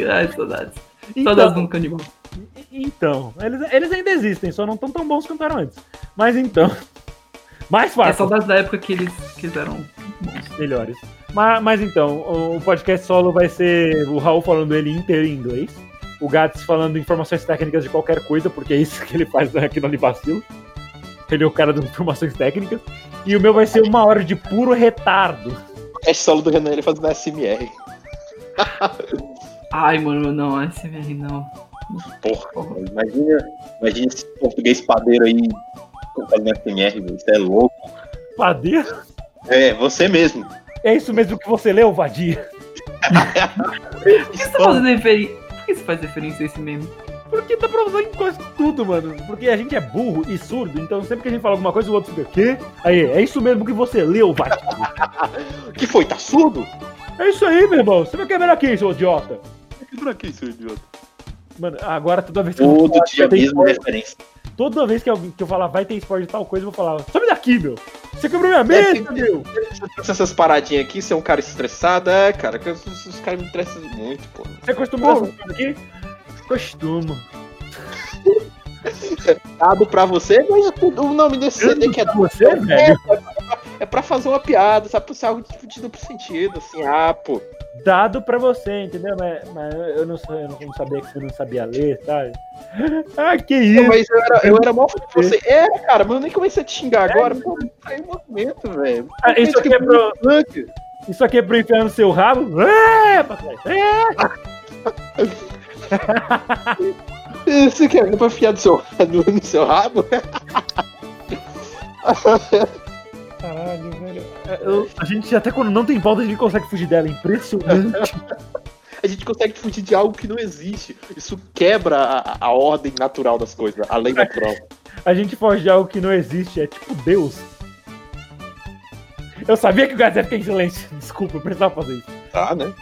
S11: Ai, saudades.
S1: Então,
S11: Saudades
S2: um.
S11: do canibal.
S1: Então, eles, eles ainda existem, só não estão tão bons quanto eram antes. Mas então. Mais
S11: É
S1: fácil,
S11: saudades da época que eles quiseram. bons.
S1: melhores. Mas, mas então, o- o podcast solo vai ser o Raul falando ele inteiro em inglês. O Gats falando informações técnicas de qualquer coisa, porque é isso que ele faz aqui no Alibacilo. Ele é o cara das informações técnicas. E o meu vai ser uma hora de puro retardo.
S3: O cast É solo do Renan ele fazendo SMR.
S11: Ai, mano, não, SMR não.
S3: Porra, mano, imagina, imagina esse português padeiro aí fazendo SMR, velho, isso é louco.
S1: Padeiro.
S3: É, você mesmo.
S1: É isso mesmo que você leu, Vadia?
S11: Por que você tá fazendo referência? Por que você faz referência a esse meme?
S1: Porque dá pra usar em quase tudo, mano. Porque a gente é burro e surdo, então sempre que a gente fala alguma coisa, o outro fica, quê? Aí, é isso mesmo que você leu, Vadia.
S3: que foi? Tá surdo?
S1: É isso aí, meu irmão. Você é vai quebrar aqui, seu idiota.
S3: Pra que, seu idiota?
S1: Mano, agora toda vez que eu
S3: Todo
S1: falar,
S3: dia
S1: tem
S3: mesmo
S1: spoiler,
S3: referência.
S1: Toda vez que, alguém, que eu falar vai ter spoiler de tal coisa, eu vou falar, some daqui! aqui, meu? Você quebrou minha mesa, meu!
S3: Trouxe essas paradinhas aqui, você é um cara estressado, é, cara, que os, os caras me estressam muito, pô.
S1: Você costuma essas coisas aqui? Costumo.
S3: Dado pra você, mas é o nome desse CD que é
S1: Pra você, velho?
S3: É pra fazer uma piada, sabe? Pra ser algo tipo, de duplo sentido, assim, ah, pô.
S1: Dado pra você, entendeu? Mas, mas eu não sei, eu não sabia que você não sabia ler, sabe? Ah, que isso!
S3: Mas eu era, eu era mó fã de você. É, cara, mas eu nem comecei a te xingar agora. Pô, aí o movimento, velho.
S1: É, Ah, isso aqui é pro,
S3: Punk.
S1: isso aqui é pro enfiar no seu rabo? É, pra trás. É.
S3: Você quer ir é, pra fiar do seu, do, no seu rabo?
S1: Caralho, velho. Eu- a gente até quando não tem pauta, a gente consegue fugir dela. é Impressionante.
S3: A gente consegue fugir de algo que não existe. Isso quebra a, a ordem natural das coisas, a lei natural.
S1: A gente foge de algo que não existe, é tipo Deus. Eu sabia que o Gás ia ficar em silêncio. Desculpa, eu precisava fazer isso.
S3: Tá, né?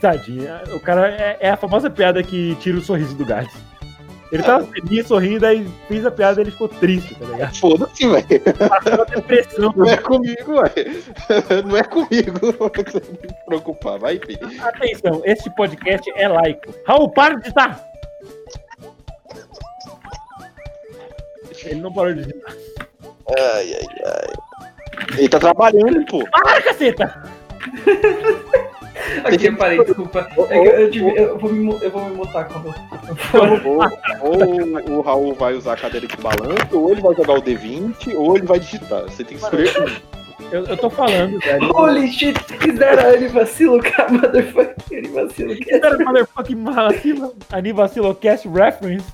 S1: Tadinho, o cara é, é a famosa piada que tira o sorriso do gato. Ele tava feliz, sorrindo, aí fez a piada e ele ficou triste, tá ligado?
S3: Foda-se, velho.
S1: Tava depressão.
S3: Não é comigo, velho. Não é comigo. Não precisa me preocupar, vai ver.
S1: Atenção, este podcast é laico. Raul, para de digitar! Ele não parou de digitar.
S3: Ai, ai, ai. Ele tá trabalhando, pô.
S1: Para, caceta!
S11: Aqui, parei, desculpa. É que eu, eu tive- eu vou me, mu- eu vou me mutar quando.
S3: Ou, ou o Raul vai usar a cadeira de balanço, ou ele vai jogar o D20, ou ele vai digitar. Você tem que escolher um.
S1: Eu, eu tô falando, velho.
S11: Holy shit, is that a Annie Vacilo, cara, motherfucker, Annie Vacilo.
S1: Era é motherfucking vacilo, Anivacilocast reference.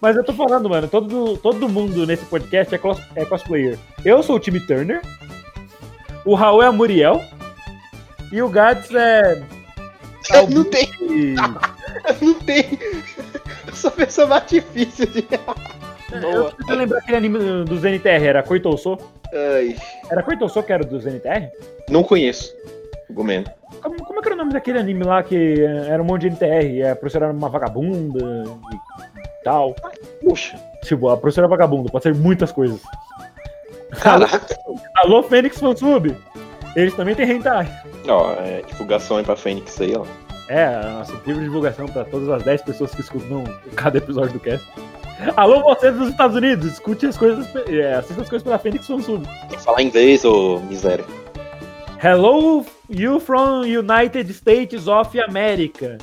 S1: Mas eu tô falando, mano, todo, todo mundo nesse podcast é, cos- é cosplayer. Eu sou o time Turner, o Raul é a Muriel, e o Gats é.
S3: Não tem, não tem. Essa pessoa mais difícil de. É,
S1: Eu tô tentando lembrar aquele anime do ZNTR, era Coitousou?
S3: Ai,
S1: Era Coitousou que era do ZNTR?
S3: não conheço. Recomendo.
S1: Como, como é que era o nome daquele anime lá que eh, era um monte de NTR? E a professora era uma vagabunda e tal.
S3: Puxa,
S1: Tipo, a professora vagabunda, pode ser muitas coisas.
S3: caraca.
S1: Alô, Fênix Fansub! Eles também têm hentai.
S3: Ó, é, divulgação aí pra Fênix aí, ó.
S1: É, a nossa incrível divulgação pra todas as 10 pessoas que escutam cada episódio do cast. Alô, você dos Estados Unidos, escute as coisas, é, assista as coisas pela Fênix Fansub.
S3: Tem que falar inglês, ô miséria.
S1: Hello, you from United States of America.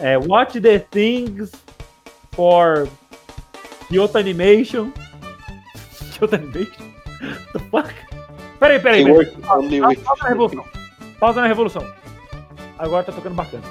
S1: É, watch the things for Kyoto Animation. Kyoto Animation? What the fuck? Peraí, peraí, peraí. Ah,
S3: Teamwork, only
S1: Pa-
S3: with-
S1: Pausa na revolução. Pausa na revolução. Agora tá tocando bacana.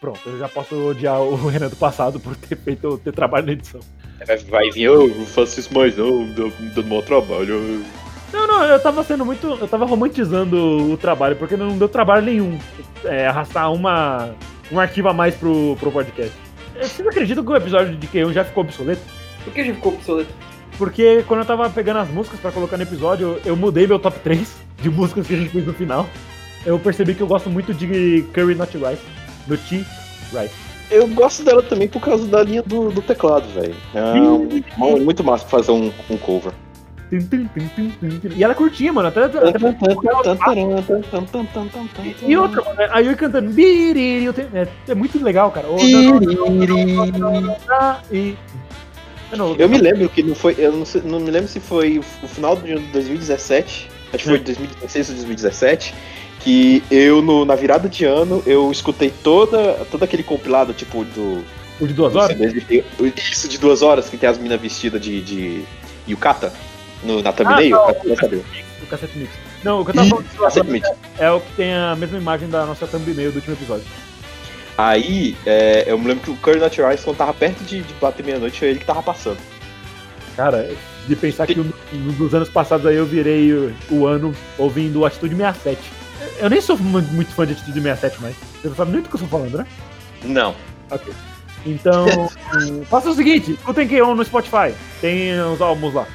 S1: Pronto, eu já posso odiar o Renan do passado por ter feito ter trabalho na edição.
S3: Vai- Vai vir, eu não faço isso mais não, dá- me dando mau trabalho.
S1: Não, não, eu tava sendo muito. Eu tava romantizando o trabalho, porque não deu trabalho nenhum. É, arrastar uma. um arquivo a mais pro, pro podcast. É, Vocês acreditam que o episódio de Q1 já ficou obsoleto?
S11: Por que já ficou obsoleto?
S1: Porque quando eu tava pegando as músicas pra colocar no episódio, eu, eu mudei meu top 3 de músicas que a gente fez no final. Eu percebi que eu gosto muito de Curry Not Rice, do Tea Rice.
S3: Eu gosto dela também por causa da linha do, do teclado, velho. É
S1: Hum.
S3: um- mu- muito massa fazer um, um cover.
S1: Tum, tum, tum, tum, tum, tum. E ela curtia, mano. Até, até- até- E outra, mano, a Yui cantando. "Biriri", eu tenho- É, é muito legal, cara. Ô, E. Eu, não-
S3: Eu me lembro que não foi. Eu não, sei- não me lembro se foi o o final de 2017. Acho que foi 2016 ou 2017. Que eu, no- na virada de ano, eu escutei toda, todo aquele compilado, tipo, do.
S1: O de duas
S3: do
S1: horas?
S3: CD de- isso de duas horas, que tem as minas vestidas de, de yukata no, na thumbnail. pra quem não sabe.
S1: O cassete mix. Não, o que eu tava
S3: Ih,
S1: falando de duas
S3: Aceita,
S1: horas
S3: Mitch.
S1: é o que tem a mesma imagem da nossa thumbnail do último episódio.
S3: Aí, é, eu me lembro que o Curry Not Rice, quando tava perto de, de bater meia-noite, foi ele que tava passando.
S1: Cara, de pensar que um- nos anos passados aí eu virei o, o ano ouvindo Atitude 67. Eu nem sou mu- muito fã de Atitude 67, mas você não sabe nem do que eu tô falando, né?
S3: Não.
S1: Então, hum, faça o seguinte, escutem K-On! no Spotify. Tem os álbuns lá.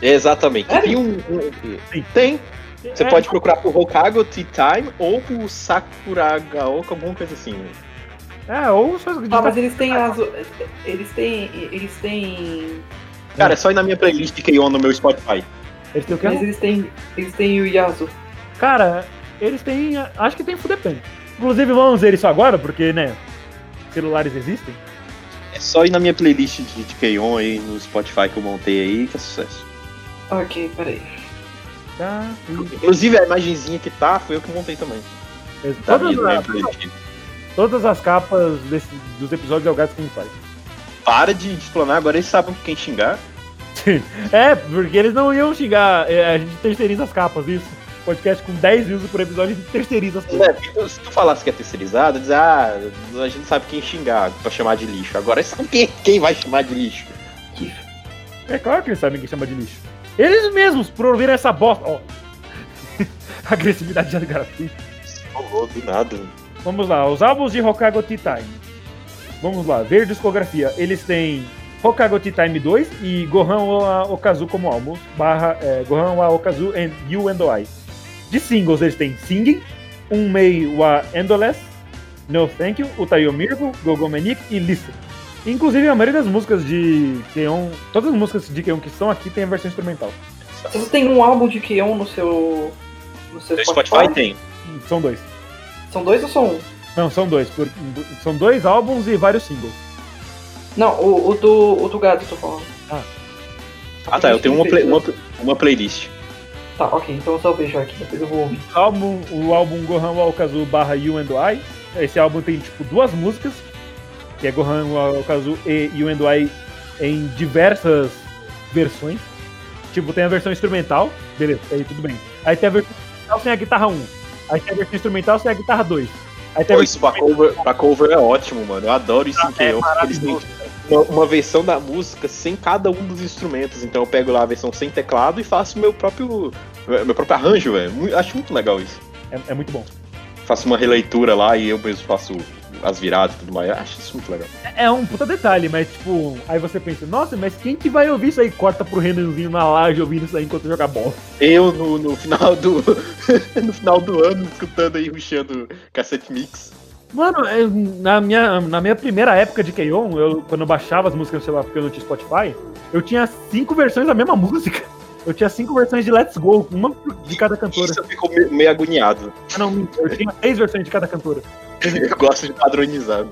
S3: Exatamente.
S11: Sério?
S3: Tem um. um- Tem. Você
S1: É,
S3: pode procurar por Hokago Tea Time ou por Sakuragaoka, alguma coisa assim.
S1: É, ou só
S2: Ah, mas eles têm as. Eles têm. Eles têm.
S3: Cara, é só ir na minha playlist de K-On! no meu Spotify.
S1: Eles têm o quê?
S2: Mas eles têm, eles têm o Yasu.
S1: Cara, eles têm. Acho que tem Fudepen. Inclusive, vamos ver isso agora, porque, né? Celulares existem.
S3: É só ir na minha playlist de, de K-On! aí no Spotify que eu montei aí, que é sucesso.
S2: Ok, peraí.
S1: Tá.
S3: Inclusive, a imagenzinha que tá, foi eu que montei também. Tá
S1: Todas,
S3: vindo na minha
S1: as-
S3: playlist.
S1: todas as capas desse- dos episódios é o gato quem faz.
S3: Para de explanar, agora eles sabem quem xingar.
S1: É, porque eles não iam xingar. é, a gente terceiriza as capas, isso. Podcast com 10 views por episódio, a gente terceiriza as coisas.
S3: É, porque tu- se tu falasse que é terceirizado, diz, ah, a gente sabe quem xingar pra chamar de lixo. Agora eles sabem quem, quem vai chamar de lixo.
S1: É claro que eles sabem quem chama de lixo. Eles mesmos promoveram essa bosta. Ó. Agressividade gratuita.
S3: Falou do nada.
S1: Vamos lá, os álbuns de Hokago Tea Time. Vamos lá, ver discografia. Eles têm Hokago Tea Time 2 e Gohan wa Okazu como álbuns, barra é, Gohan wa Okazu and You and I. De singles, eles têm Singing, Unmei wa Endoless, No Thank You, Utayo Miracle, Gogo Manic e Listen. Inclusive, a maioria das músicas de Keon, todas as músicas de Keon que estão aqui tem a versão instrumental.
S2: Se você tem um álbum de Keon no seu. No seu
S3: No Spotify tem.
S1: São dois.
S2: São dois ou só um?
S1: Não, são dois. por- são dois álbuns e vários singles.
S2: Não, o, o do, o do gato eu tô falando.
S3: Ah tá, eu tenho uma, play- uma, uma playlist.
S2: Tá, ok, então eu só vejo aqui, depois eu vou ouvir.
S1: álbum, o álbum Gohan wa Okazu barra You and I. Esse álbum tem, tipo, duas músicas, que é Gohan wa Okazu e You and I em diversas versões. Tipo, tem a versão instrumental, beleza, aí tudo bem. Aí tem a versão instrumental sem a guitarra 1. Aí tem a versão instrumental sem a guitarra 2. Aí tem a versão...
S3: Pô, isso pra cover, pra cover é ótimo, mano. Eu adoro isso em K.O. porque eles têm uma, uma versão da música sem cada um dos instrumentos. Então eu pego lá a versão sem teclado e faço meu próprio. Meu próprio arranjo, velho. Mu- Acho muito legal isso.
S1: É, é muito bom.
S3: Faço uma releitura lá e eu mesmo faço as viradas e tudo mais. Acho isso muito legal.
S1: É é um puta detalhe, mas, tipo, aí você pensa, nossa, mas quem que vai ouvir isso aí? Corta pro Renanzinho na laje ouvindo isso aí enquanto joga bola.
S3: Eu no, no final do. no final do ano, escutando aí, ruxando cassete mix.
S1: Mano, eu- na minha, na minha primeira época de K-On!, eu, quando eu baixava as músicas no celular porque eu não tinha Spotify, eu tinha cinco versões da mesma música. Eu tinha cinco versões de Let's Go, uma de cada cantora.
S3: Isso eu fico me- meio agoniado.
S1: Ah, Não, minto, eu tinha seis versões de cada cantora.
S3: Eu gosto de padronizar.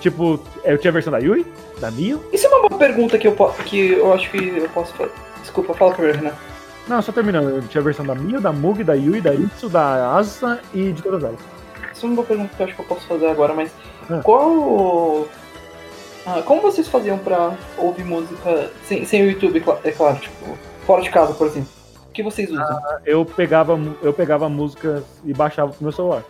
S1: Tipo, eu tinha a versão da Yui, da Mio.
S2: Isso é uma boa pergunta que eu, po- que eu acho que eu posso fazer. Desculpa, fala primeiro, Renan.
S1: Não, só terminando, eu tinha a versão da Mio, da Mug, da Yui, da Itsu, da Asa e de todas elas.
S2: Isso é uma boa pergunta que eu acho que eu posso fazer agora, mas
S1: Ah.
S2: qual. ah, como vocês faziam pra ouvir música sem, sem o YouTube, cla- é claro, tipo, fora de casa, por exemplo? O que vocês usam?
S1: Eu pegava, mu- eu pegava músicas e baixava pro meu celular.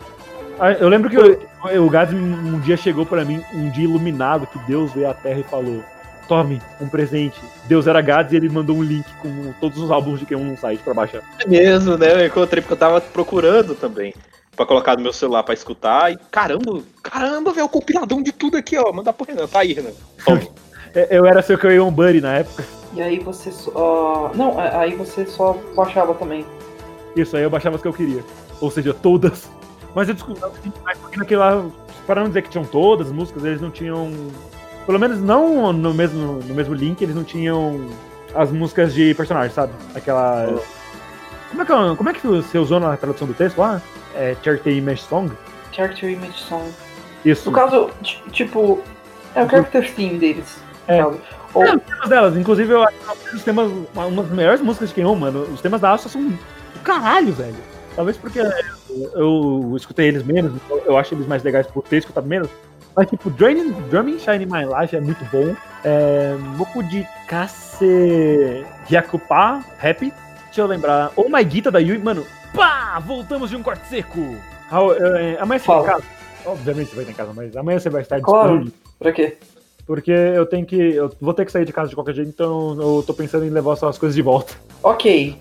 S1: Ah, Eu lembro que eu- eu- o Gads um um dia chegou pra mim, um dia iluminado, que Deus veio à Terra e falou: Tome um presente. Deus era Gads e ele mandou um link com todos os álbuns de quem um site pra baixar.
S3: É mesmo, né? Eu encontrei porque eu tava procurando também. Pra colocar no meu celular pra escutar. E caramba, caramba, velho, o compiladão de tudo aqui, ó. Mandar pro Renan. Tá aí, Renan. Toma.
S1: É, Eu era seu que eu um buddy na época.
S2: E aí você só. Não, a- aí você só baixava também.
S1: Isso aí eu baixava as que eu queria. Ou seja, todas. Mas eu descobri mas porque naquele lá, para não dizer que tinham todas as músicas, eles não tinham. Pelo menos não no mesmo, no mesmo link, eles não tinham as músicas de personagem, sabe? Aquela. Como é que, é- como é que você usou na tradução do texto lá? É Character Image Song?
S2: Character Image Song.
S1: Isso.
S2: No caso, ti- tipo. É o character theme deles. no
S1: É.
S2: caso.
S1: É, os temas delas. Inclusive, eu acho que os temas. Uma, uma das melhores músicas de quem mano. Os temas da Asa são do caralho, velho. Talvez porque é, eu escutei eles menos, então eu- eu acho eles mais legais por ter escutado menos. Mas, tipo, Draining, Drumming Shine My Life é muito bom. É, Moku de Kase Hyakupa, rap. Deixa eu lembrar. Oh My Guita da Yui, mano. Pá! Voltamos de um corte seco! Raul, é, é, amanhã você vai em
S2: Fala.
S1: casa? Obviamente você vai estar em casa, mas amanhã você vai estar
S2: Claro.
S1: disponível.
S2: Pra quê?
S1: Porque eu tenho que. Eu vou ter que sair de casa de qualquer jeito, então eu tô pensando em levar só as coisas de volta.
S2: Ok.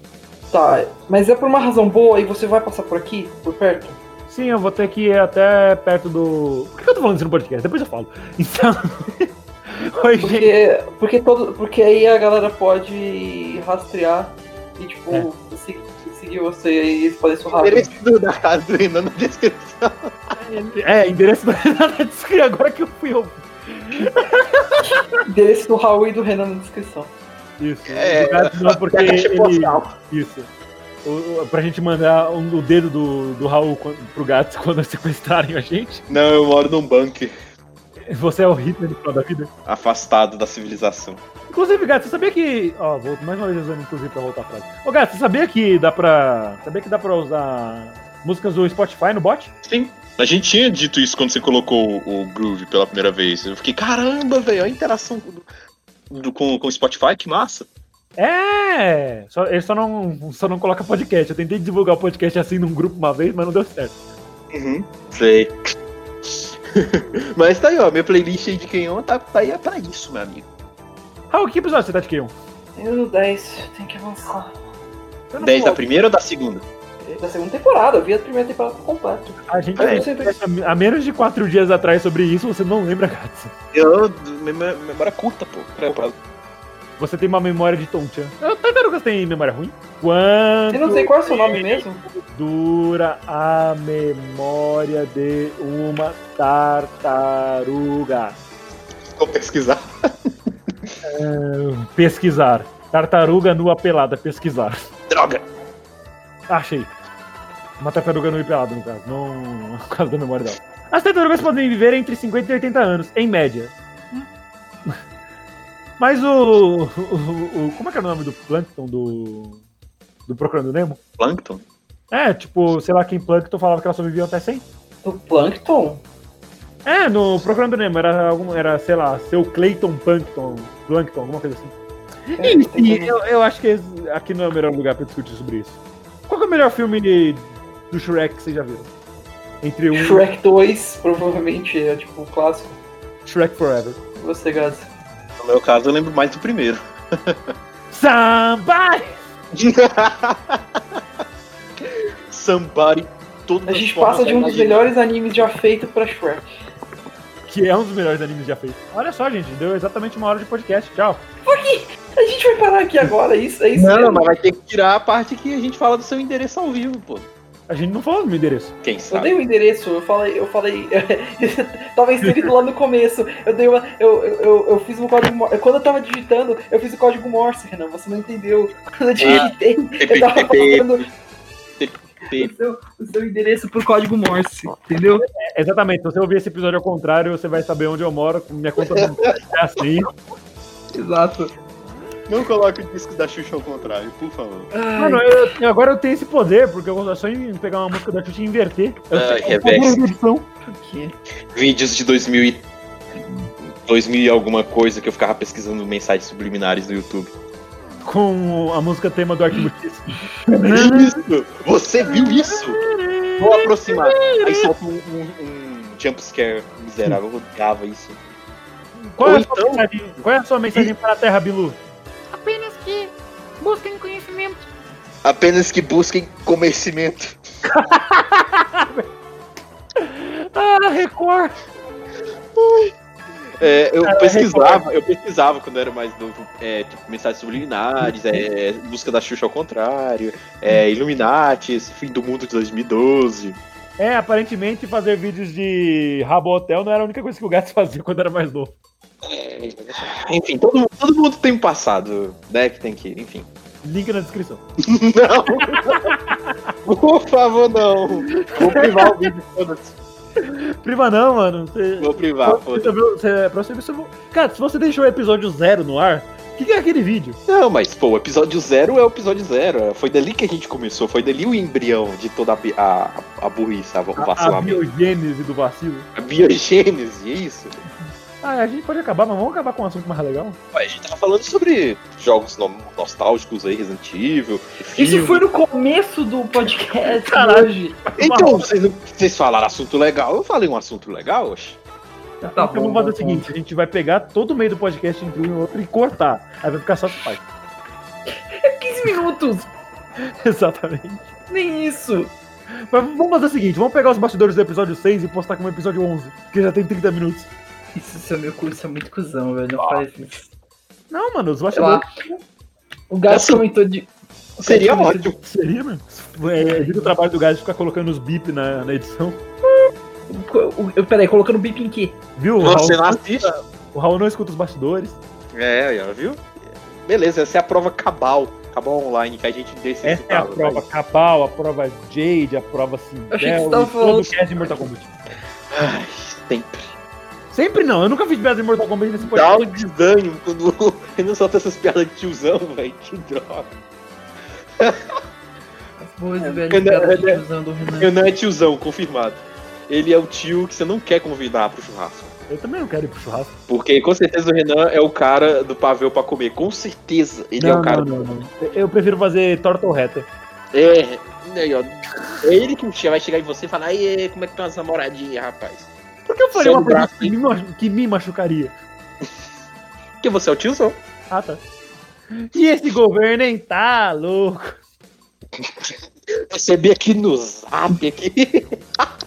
S2: Tá. Mas é por uma razão boa e você vai passar por aqui, por perto?
S1: Sim, eu vou ter que ir até perto do. Por que eu tô falando isso no podcast? Depois eu falo. Então. Oi, gente.
S2: Porque, porque, todo, porque aí a galera pode rastrear e, tipo, se- seguir você e eles podem
S3: O
S2: surrar.
S3: endereço do- da casa do Renan na descrição.
S1: É, endereço do Renato Descri, agora que eu fui. Eu...
S2: Endereço do Raul e do Renan na descrição.
S1: Isso.
S3: É,
S1: Obrigado, não, porque
S3: É a caixa
S1: ele,
S3: postal.
S1: Isso. O, o- pra gente mandar um- o dedo do, do Raul quan- pro gato quando sequestrarem a gente.
S3: Não, eu moro num bunker
S1: Você é o Hitler no final da vida.
S3: afastado da civilização.
S1: Inclusive, gato, você sabia que. Ó, vou mais uma vez usando, inclusive, pra voltar atrás. Ô, gato, você sabia que dá pra. Sabia que dá pra usar músicas do Spotify no bot?
S3: Sim. A gente tinha dito isso quando você colocou o, o Groove pela primeira vez. Eu fiquei, caramba, velho, a interação do- do- com, com o Spotify, que massa.
S1: É! Só, ele só não, só não coloca podcast. Eu tentei divulgar o podcast assim num grupo uma vez, mas não deu certo.
S3: Uhum. Sei. Mas tá aí, ó. Minha playlist aí de Kenyon tá, tá aí é pra isso, meu amigo.
S1: Raul, que episódio você tá de K1?
S2: Eu no 10, tem que avançar.
S1: Eu não
S3: 10 da
S1: vou-
S3: primeira ou da segunda?
S2: É Da segunda temporada, eu vi a primeira temporada por completo.
S1: A gente tá
S3: É.
S1: há menos de quatro dias atrás sobre isso, você não lembra, gato.
S3: Eu. memó- Memória curta, pô. Pra- pra-
S1: Você tem uma memória de Tonchan. Tartarugas tem memória ruim? Quanto
S2: Eu não sei qual é o seu nome mesmo.
S1: dura a memória de uma tartaruga?
S3: Vou pesquisar.
S1: Pesquisar. Tartaruga nua pelada, pesquisar.
S3: Droga!
S1: Achei. Uma tartaruga nua e pelada, no caso. Não por causa da memória dela. As tartarugas podem viver entre 50 e 80 anos, em média. Mas o. o- o- como é que era o nome do Plankton do. do Procurando Nemo?
S3: Plankton?
S1: É, tipo, sei lá quem Plankton falava que ela sobreviveu até 100.
S2: Do Plankton?
S1: É, no Procurando Nemo, era, algum, era sei lá, seu Clayton Plankton, Plankton, alguma coisa assim.
S2: É,
S1: Enfim, eu, eu acho que esse- aqui não é o melhor lugar pra discutir sobre isso. Qual que é o melhor filme de- do Shrek que vocês já viram? Entre um Shrek,
S2: Shrek 2, provavelmente, é tipo um clássico.
S1: Forever.
S2: Você, Gato.
S3: No meu caso, eu lembro mais do primeiro.
S1: Somebody!
S3: Somebody. Todo
S2: A gente passa de um dos melhores animes já feito pra Shrek.
S1: Que é um dos melhores animes já feitos. Olha só, gente, deu exatamente uma hora de podcast. Tchau.
S2: A gente vai parar aqui agora, é isso, é isso
S3: Não,
S2: mesmo?
S3: mas vai ter que tirar a parte que a gente fala do seu endereço ao vivo, pô.
S1: A gente não falou do meu endereço.
S3: Quem
S2: Eu
S3: sabe?
S2: dei o endereço, eu falei, eu falei. tava inserido lá no começo. Eu dei uma. Eu, eu- eu, eu fiz um código Morse. Quando eu tava digitando, eu fiz o código Morse, Renan. Você não entendeu. Quando eu
S3: Ah,
S2: digitei, eu tava falando o seu, o seu endereço por código Morse, entendeu?
S1: É, exatamente, se você ouvir esse episódio ao contrário, você vai saber onde eu moro. Minha conta não é assim.
S2: Exato.
S3: Não coloque o disco da Xuxa ao contrário, por favor.
S1: Mano, eu- eu- agora eu tenho esse poder, porque eu vou só em pegar uma música da Xuxa e inverter. Eu
S3: Ai,
S1: tenho o poder
S3: Rebex.
S1: da é edição.
S3: Vídeos de 2000 e... 2000 e alguma coisa que eu ficava pesquisando mensagens subliminares no YouTube.
S1: com a música tema do Arquibutis.
S3: Isso! Você viu isso? Vou aproximar. Aí solta um, um, um jumpscare miserável. Eu odiava isso.
S1: Qual,
S3: Ou
S1: é a sua
S3: então-
S1: mensagem- qual é a sua mensagem para a Terra, Bilu?
S8: Apenas que busquem conhecimento.
S3: Apenas que busquem conhecimento.
S1: Ah, Record!
S3: É, eu
S1: Cara,
S3: pesquisava, eu pesquisava quando eu era mais novo, é, tipo, mensagens subliminares, é, busca da Xuxa ao contrário, é, Illuminati, esse fim do mundo de 2012.
S1: É, aparentemente fazer vídeos de rabo hotel não era a única coisa que o gato fazia quando era mais novo.
S3: Enfim, todo, todo mundo tem um passado, né, que tem que, enfim.
S1: Link na descrição.
S3: Não! Por favor, não! Vou privar o vídeo, foda-se.
S1: Priva não, mano. Você,
S3: Vou privar, Ah, foda-se.
S1: você, você, é, pra você, você, cara, se você deixou o episódio zero no ar, o que, que é aquele vídeo?
S3: Não, mas, pô, o episódio zero é o episódio zero. Foi dali que a gente começou, foi dali o embrião de toda a, bi- a, a burrice, a, o
S1: A, a
S3: vacilamento.
S1: biogênese do vacilo.
S3: A biogênese, é isso?
S1: Ah, a gente pode acabar, mas vamos acabar com um assunto mais legal.
S3: A gente tava falando sobre jogos no- nostálgicos aí, Resident Evil.
S2: Isso
S3: filme.
S2: foi no começo do podcast de
S1: Caralho.
S2: hoje.
S3: Então, vocês, não- vocês falaram assunto legal, eu falei um assunto legal, oxe.
S1: Tá,
S2: Tá
S1: então
S2: bom,
S1: vamos fazer o
S2: tá
S1: seguinte: a gente vai pegar todo o meio do podcast entre um e outro e cortar. Aí vai ficar só essa parte.
S2: 15 minutos,
S1: Exatamente.
S2: nem isso.
S1: Mas vamos fazer o seguinte: vamos pegar os bastidores do episódio 6 e postar como episódio 11, que já tem 30 minutos.
S11: Isso, seu meu curso é muito cuzão, velho. Não faz isso.
S1: Não, mano, os
S11: Sei lá.
S1: bastidores.
S11: O gato
S3: Assim,
S11: comentou de.
S3: Seria
S11: Cara,
S3: ótimo.
S1: Seria, mano? É, vira o trabalho do Gás ficar colocando os bip na, na edição.
S11: o- o- Peraí, colocando bip em quê?
S1: Viu? O Raul, tá-
S3: Você não assiste?
S1: o Raul não escuta os bastidores.
S3: É, já viu? Beleza, essa é a prova cabal. Cabal online que a gente decide.
S1: Essa é a prova Cabal, a prova Jade, a prova
S11: Achei que
S1: Sindel,
S11: você tava
S1: e
S11: falando-
S1: todo o cast de Mortal Kombat.
S3: Ai, sempre.
S1: Sempre não, eu nunca fiz piada de Mortal Kombat nesse
S3: Dá
S1: podcast.
S3: um desânimo quando ele não solta essas piadas de tiozão, velho. Que droga.
S11: As boas e
S3: Eu
S11: velhas
S3: não-
S11: piadas
S3: eu não-
S11: de tiozão do
S1: Hum.
S11: Renan.
S3: Renan é tiozão, confirmado. Ele é o tio que você não quer convidar pro churrasco.
S1: Eu também não quero ir pro churrasco.
S3: Porque com certeza o Renan é o cara do pavel pra comer. Com certeza ele é o cara.
S1: não, não. Eu- Eu prefiro fazer torta ou reta.
S3: É, aí, ó. É ele que um dia vai chegar em você e falar, "Aê, como é que tá as namoradinhas, rapaz?
S1: Porque eu faria
S3: Seu
S1: uma coisa
S3: braço,
S1: que me, machu- que me machucaria.
S3: Porque você é o tiozão.
S1: Ah, tá. E esse governo, hein? Tá louco.
S3: Recebi aqui no zap aqui.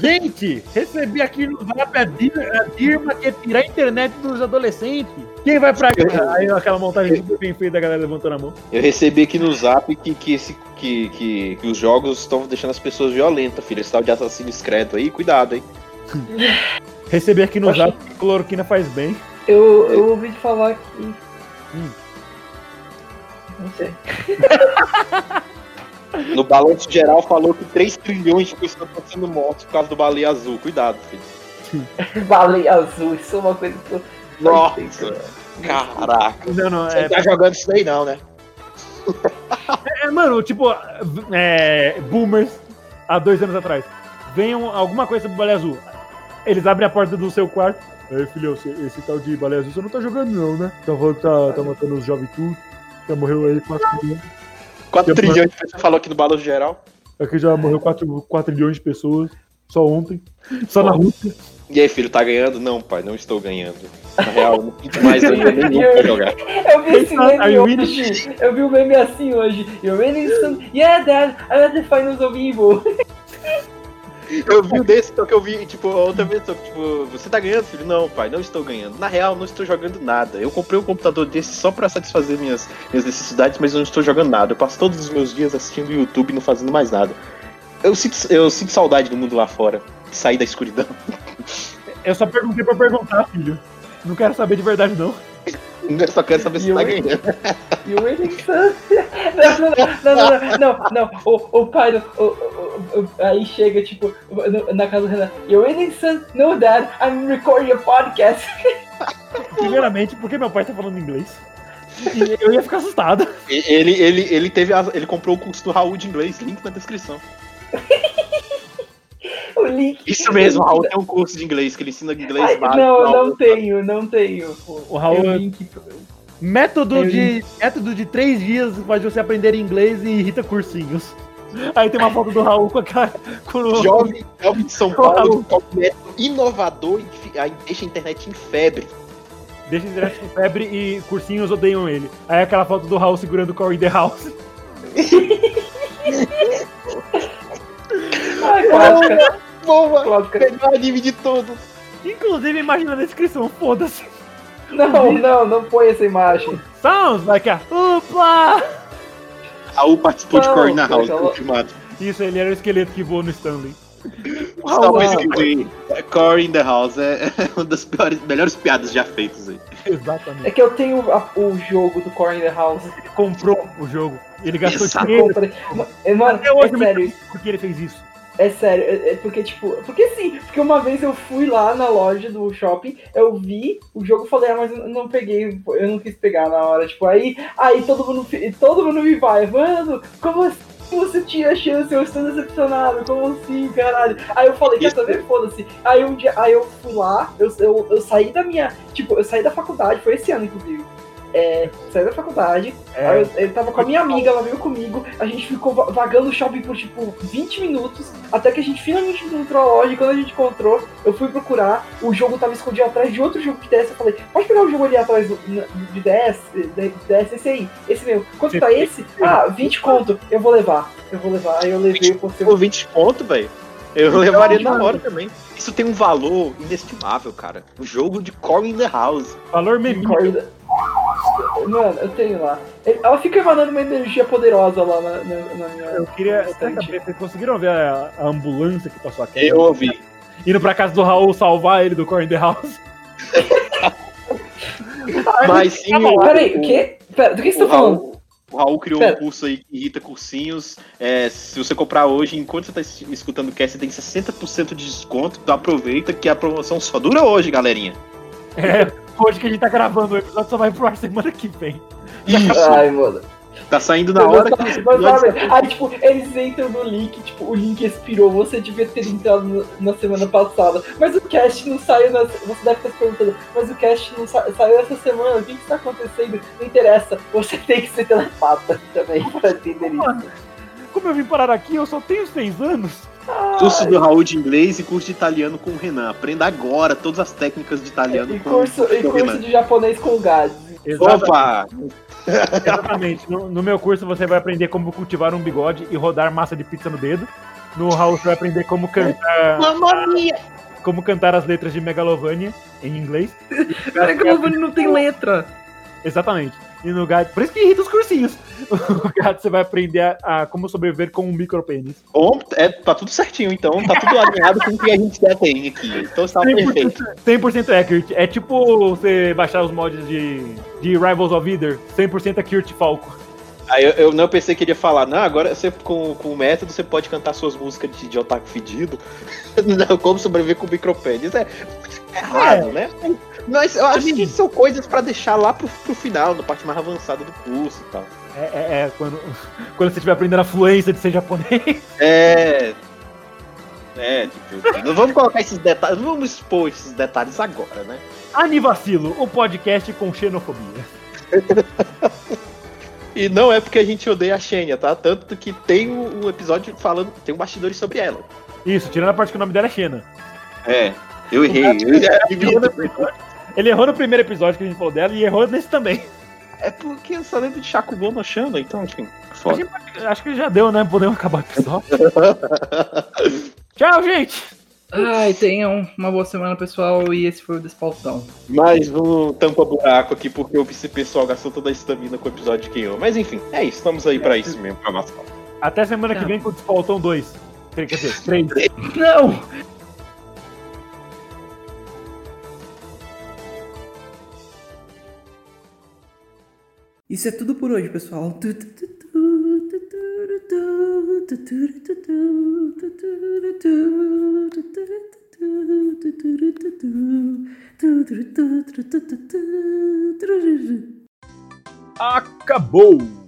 S1: Gente, recebi aqui no zap a Dir- a Dirma que é tirar a internet dos adolescentes. Quem vai pra cá? Aí aquela montagem super bem feita da galera levantando a mão.
S3: Eu recebi aqui no zap que, que, esse, que, que, que os jogos estão deixando as pessoas violentas, filho. Esse tal de assassino discreto aí, cuidado, hein?
S1: Recebi aqui no
S2: Oxi.
S1: zap que cloroquina faz bem.
S2: Eu, eu ouvi de falar que. Não sei.
S3: No balanço geral falou que 3 trilhões de pessoas estão sendo mortas por causa do baleia azul. Cuidado, filho.
S2: Baleia azul, isso é uma coisa que eu.
S3: Nossa, caraca.
S1: Não, não,
S3: Você
S1: é,
S3: não tá jogando isso daí não, né?
S1: é, mano, tipo, é, boomers há dois anos atrás. Venham alguma coisa pro balé azul. Eles abrem a porta do seu quarto. Ei, É, filhão, esse, esse tal de balé azul você não tá jogando, não, né? Tá falando que tá, tá matando os jovens tudo. Já morreu aí quatro milhões.
S3: 4
S1: Eu-
S3: trilhões de pessoas falou aqui no balanço geral.
S1: Aqui já morreu 4, milhões de pessoas. Só ontem. Só na Rússia.
S3: E aí, filho, tá ganhando? Não, pai, não estou ganhando. Na real, não sinto mais ainda nenhum pra jogar.
S2: Eu vi esse
S1: Are
S2: meme
S1: you
S2: hoje. Eu vi um meme assim hoje. You're winning some. Yeah, dad, I'm at the finals of evil.
S3: Eu vi o desse, só que eu vi, tipo, outra vez, só que, tipo, você tá ganhando, filho? Não, pai, não estou ganhando. Na real, não estou jogando nada. Eu comprei um computador desse só pra satisfazer minhas, minhas necessidades, mas eu não estou jogando nada. Eu passo todos os meus dias assistindo YouTube e não fazendo mais nada. Eu sinto, eu sinto saudade do mundo lá fora. de Sair da escuridão.
S1: Eu só perguntei pra perguntar, filho. Não quero saber de verdade, não.
S3: Eu só quero saber se
S2: E
S3: tá
S2: eu-
S3: ganhando.
S2: You're winning some. Não, não, não, não, não, não, não. O, o pai do. o- o- o- aí chega, tipo, no- na casa do Renan. You're winning some. No, dad, I'm recording a podcast.
S1: Primeiramente, porque meu pai tá falando inglês. E eu ia ficar assustado.
S3: E- Ele, ele, ele, teve a- ele comprou o curso do Raul de inglês, link na descrição.
S2: O link.
S3: Isso mesmo, o Raul tem um curso de inglês que ele ensina inglês
S2: Ai,
S3: básico.
S2: não, eu
S3: Raul.
S2: não tenho, não tenho.
S1: O Raul
S2: Tem
S1: é-
S2: o link pro-
S1: Método
S2: Eu
S1: de, método de três dias faz você aprender inglês e irrita cursinhos. Aí tem uma foto do Raul com a cara. Com o...
S3: Jovem, jovem de São
S1: Raul.
S3: Paulo, que é um método inovador e fi- aí deixa a internet em febre.
S1: Deixa direto com febre e cursinhos odeiam ele. Aí aquela foto do Raul segurando o Corey The House.
S2: Ai, Cláudia,
S3: Boa!
S2: Cláudia.
S3: Melhor anime de todos!
S1: Inclusive, imagina a descrição, foda-se.
S2: Não, não, não põe essa imagem.
S1: Sounds like a Upla!
S3: Raul participou de
S2: Não,
S3: Corey na House,
S2: cara,
S3: confirmado.
S1: Isso, ele era o esqueleto que voa no Stanley.
S3: Raul, Corey in the House é é uma das piores- melhores piadas já feitas aí.
S2: É
S1: Exatamente.
S2: que eu tenho a- o jogo do Corner House.
S1: Ele comprou o jogo. Ele gastou
S3: Exato.
S2: Eu
S1: dinheiro
S2: comprei. Ma- é, Mano,
S1: Até hoje
S2: é
S1: eu me
S2: sério,
S1: porque ele fez isso.
S2: é sério. É, é porque, tipo, porque sim, porque uma vez eu fui lá na loja do shopping, eu vi o jogo, falei, ah, mas eu não peguei, eu não quis pegar na hora. Tipo, aí, aí todo mundo, fi- todo mundo me vai, mano, como assim? Você tinha chance, eu estou decepcionado, como assim, caralho? Aí eu falei, quer
S3: Isso.
S2: saber? Foda-se. Aí um dia, aí eu fui lá, eu, eu, eu saí da minha. Tipo, eu saí da faculdade, foi esse ano, inclusive. É, saí da faculdade,
S1: É.
S2: Aí eu, eu tava com a minha amiga, ela veio comigo, a gente ficou va- vagando o shopping por tipo 20 minutos, até que a gente finalmente encontrou a loja, e quando a gente encontrou, eu fui procurar, o jogo tava escondido atrás de outro jogo de DS, eu falei, pode pegar o jogo ali atrás do- na- de DS, de DS, esse aí, esse mesmo. Quanto tá esse? Ah, 20 conto, eu vou levar, eu vou levar, aí eu levei, eu postei
S3: Por 20 pontos, velho. Eu levaria na
S2: mano.
S3: hora também. Isso tem um valor inestimável, cara. O jogo de Corey in the House.
S1: Valor meme.
S2: Corda. Mano, eu tenho lá. Ela fica emanando uma energia poderosa lá na, na- na minha.
S1: Eu queria. eu queria
S2: estante.
S1: saber, Vocês conseguiram ver a, a ambulância que passou aqui?
S3: ouvi.
S1: Indo pra casa do Raul salvar ele do Corey The House.
S3: Mas sim,
S8: Tá bom,
S3: o-
S2: Peraí, o quê? Pera, do que você
S3: O
S2: tá falando?
S3: Raul, o Raul criou
S2: Pera.
S3: um curso aí que irrita cursinhos. É, se você comprar hoje, enquanto você tá es- escutando o cast, você tem 60% de desconto. Então aproveita que a promoção só dura hoje, galerinha.
S1: É, hoje que a gente tá gravando o episódio só vai pro ar semana que vem.
S3: Isso,
S2: Ai, mano.
S3: tá saindo na hora que esse
S2: Mas,
S3: episódio
S2: sabe, aí, tipo, eles entram no link, tipo, o link expirou, você devia ter entrado no- na semana passada. Mas o cast não saiu na. Você deve estar se perguntando, mas o cast não sa- saiu essa semana, o que que está acontecendo? Não interessa, você tem que ser telepata também pra entender isso.
S1: Como eu vim parar aqui, eu só tenho seis anos.
S2: Ah,
S3: curso do Raul de inglês e curso de italiano com o Renan. Aprenda agora todas as técnicas de italiano
S2: E
S3: com,
S2: curso, e
S3: com o
S2: curso
S3: Renan.
S2: de japonês com gás.
S3: Opa!
S1: Exatamente. No, no meu curso você vai aprender como cultivar um bigode e rodar massa de pizza no dedo. No Raul você vai aprender como cantar,
S8: Mamma mia!
S1: como cantar as letras de Megalovania em inglês.
S11: Peraí que o Giovanni não tem letra.
S1: Exatamente. E no gato, por isso que irrita os cursinhos. O gato você vai aprender a, a como sobreviver com um micropênis.
S3: Bom, é, tá tudo certinho, então. Tá tudo alinhado com o que a gente já tem aqui. Então está perfeito.
S1: 100% accurate. É tipo você baixar os mods de, de Rivals of Either. 100% accurate é Falco.
S3: Aí eu, eu não pensei que ele ia falar, não, agora você, com, com o método você pode cantar suas músicas de, de otaku fedido. Não, Como sobreviver com micropênis. É é errado, né? Mas eu acho que são coisas pra deixar lá pro, pro final, na parte mais avançada do curso e tal.
S1: É, é- é quando, quando você estiver aprendendo a fluência de ser japonês.
S3: É. É, tipo, não vamos colocar esses detalhes, não vamos expor esses detalhes agora, né?
S1: Anivacilo, o podcast com xenofobia.
S3: E não é porque a gente odeia a Xenia, tá? Tanto que tem um um episódio falando, tem um bastidores sobre ela.
S1: Isso, tirando a parte que o nome dela é Xena.
S3: É, eu errei. Eu
S1: Ele errou no primeiro episódio que a gente falou dela e errou nesse também.
S3: É porque eu só lembro de Shakubon no Shana, então, enfim.
S1: A gente pode- acho que já deu, né? Podemos acabar o episódio. Tchau, gente!
S11: Ai, tenham uma boa semana, pessoal. E esse foi o Despautão.
S3: Mais um tampa-buraco aqui, porque esse pessoal gastou toda a estamina com o episódio que eu. Mas enfim, é isso. Estamos aí pra isso mesmo, pra mascar.
S1: Até semana que
S11: Tá.
S1: vem com o Desfaltão 2. Quer dizer, 3.
S11: Não!
S12: Isso é tudo por hoje, pessoal. Tu, tu, tu, tu, tu, tu, tu, tu, tu, tu, tu, tu, tu, tu, tu, tu, tu, tu, tu, tu, tu, tu, tu, tu, tu, tu, tu, tu, tu, tu, tu.
S1: Acabou!